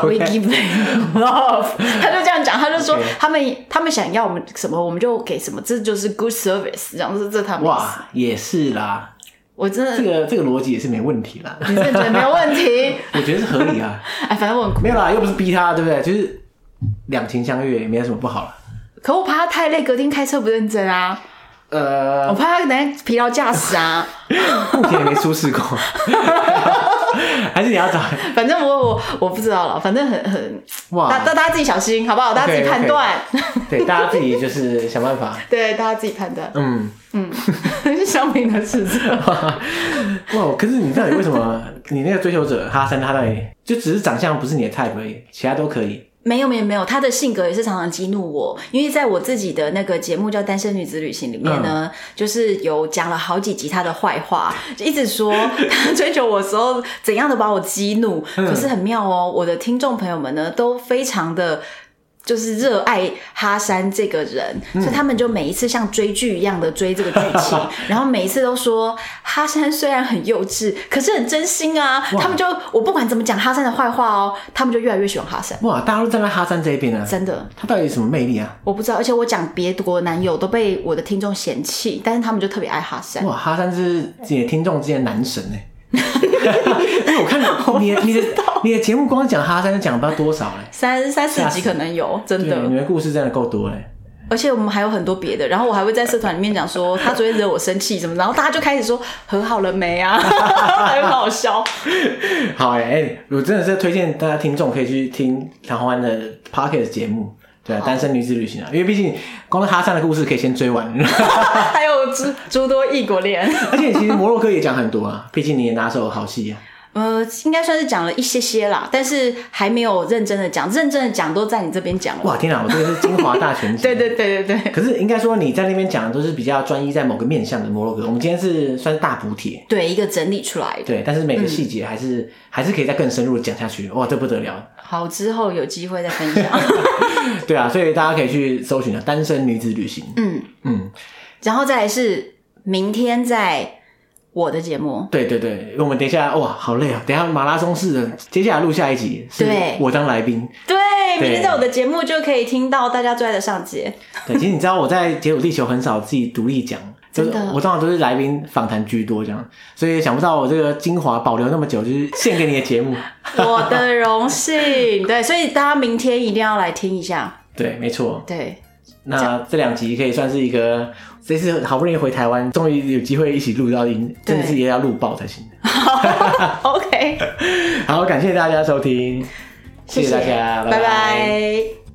we
Okay.
give them love。他就这样讲，他就说
Okay.
他们他们想要我们什么，我们就给什么，这就是 good service，这样是这他们。哇，
哇，也是啦，
我真的
这个这个逻辑也是没问题啦，
你真的觉得没有问题？
我觉得是合理啊，
哎，反正我很
没有啦，又不是逼他，对不对？就是两情相悦，也没有什么不好啦。
可我怕他太累，隔天开车不认真啊，
呃
我，怕他等下疲劳驾驶啊。
目前也没出 事过，还是你要找
反正我我我不知道了，反正很很，大
哇
大？大家自己小心好不好？大家自己
OK，OK
判断，
对，大家自己就是想办法。
对，大家自己判断。
嗯，
是小明的事情，
哇！可是你到底为什么你那个追求者哈森他到底就只是长相不是你的 type 而已，其他都可以
没有没有没有，他的性格也是常常激怒我，因为在我自己的那个节目叫《单身女子旅行》里面呢，就是有讲了好几集他的坏话， 就一直说他追求我的时候怎样的把我激怒。可是很妙哦，我的听众朋友们呢都非常的。就是热爱哈山这个人，所以他们就每一次像追剧一样的追这个剧情，然后每一次都说哈山虽然很幼稚，可是很真心啊。他们就我不管怎么讲哈山的坏话哦，他们就越来越喜欢哈山，
哇！大家都站在哈森这一边啊，
真的。
他到底有什么魅力啊？
我不知道，而且我讲别国男友都被我的听众嫌弃，但是他们就特别爱哈山。
哇！哈森是你的听众之间的男神哎、 因为我看你的你的你的节目光讲哈森就讲不知道多少嘞、
三三四
吓
集
死
可能有，真
对，你
的。
们的故事真的够多嘞、欸
而且我们还有很多别的，然后我还会在社团里面讲说他昨天惹我生气什么，然后大家就开始说和好了没 啊，还很好笑。
好哎、欸我真的是推荐大家听众可以去听唐欢的 Pocket 节目，对啊，单身女子旅行啊，因为毕竟光是哈山的故事可以先追完，
还有诸诸多异国恋，
而且其实摩洛哥也讲很多啊，毕竟你也拿手好戏啊。
呃，应该算是讲了一些些啦，但是还没有认真的讲，认真的讲都在你这边讲了。
哇，天啊哪，我这个是精华大全集。啊
对对对对对。
可是应该说你在那边讲的都是比较专一在某个面向的摩洛哥，我们今天是算是大补帖，
对，一个整理出来的。
对，但是每个细节还
嗯
是、还是可以再更深入地讲下去，哇，这不得了，
好，之后有机会再分享。
对啊，所以大家可以去搜寻啊，单身女子旅行，
嗯，
嗯，
然后再来是明天在我的节目，
对对对，我们等一下，哇，好累啊，等一下马拉松式的，接下来录下一集，是
对
我当来宾，
对，
对
明天在我的节 目就可以听到大家最爱的上节，
对，其实你知道我在解鲁地球很少自己独立讲，就是
真的
我通常都是来宾访谈居多这样，所以想不到我这个精华保留那么久，就是献给你的节 目。
我的荣幸。对，所以大家明天一定要来听一下。
对，没错。
对，
那这两集可以算是一个，这次好不容易回台湾，终于有机会一起录到音，
对
真的是也要录爆才行。
好，OK，
好，感谢大家收听，谢
谢
大家，
拜
拜
拜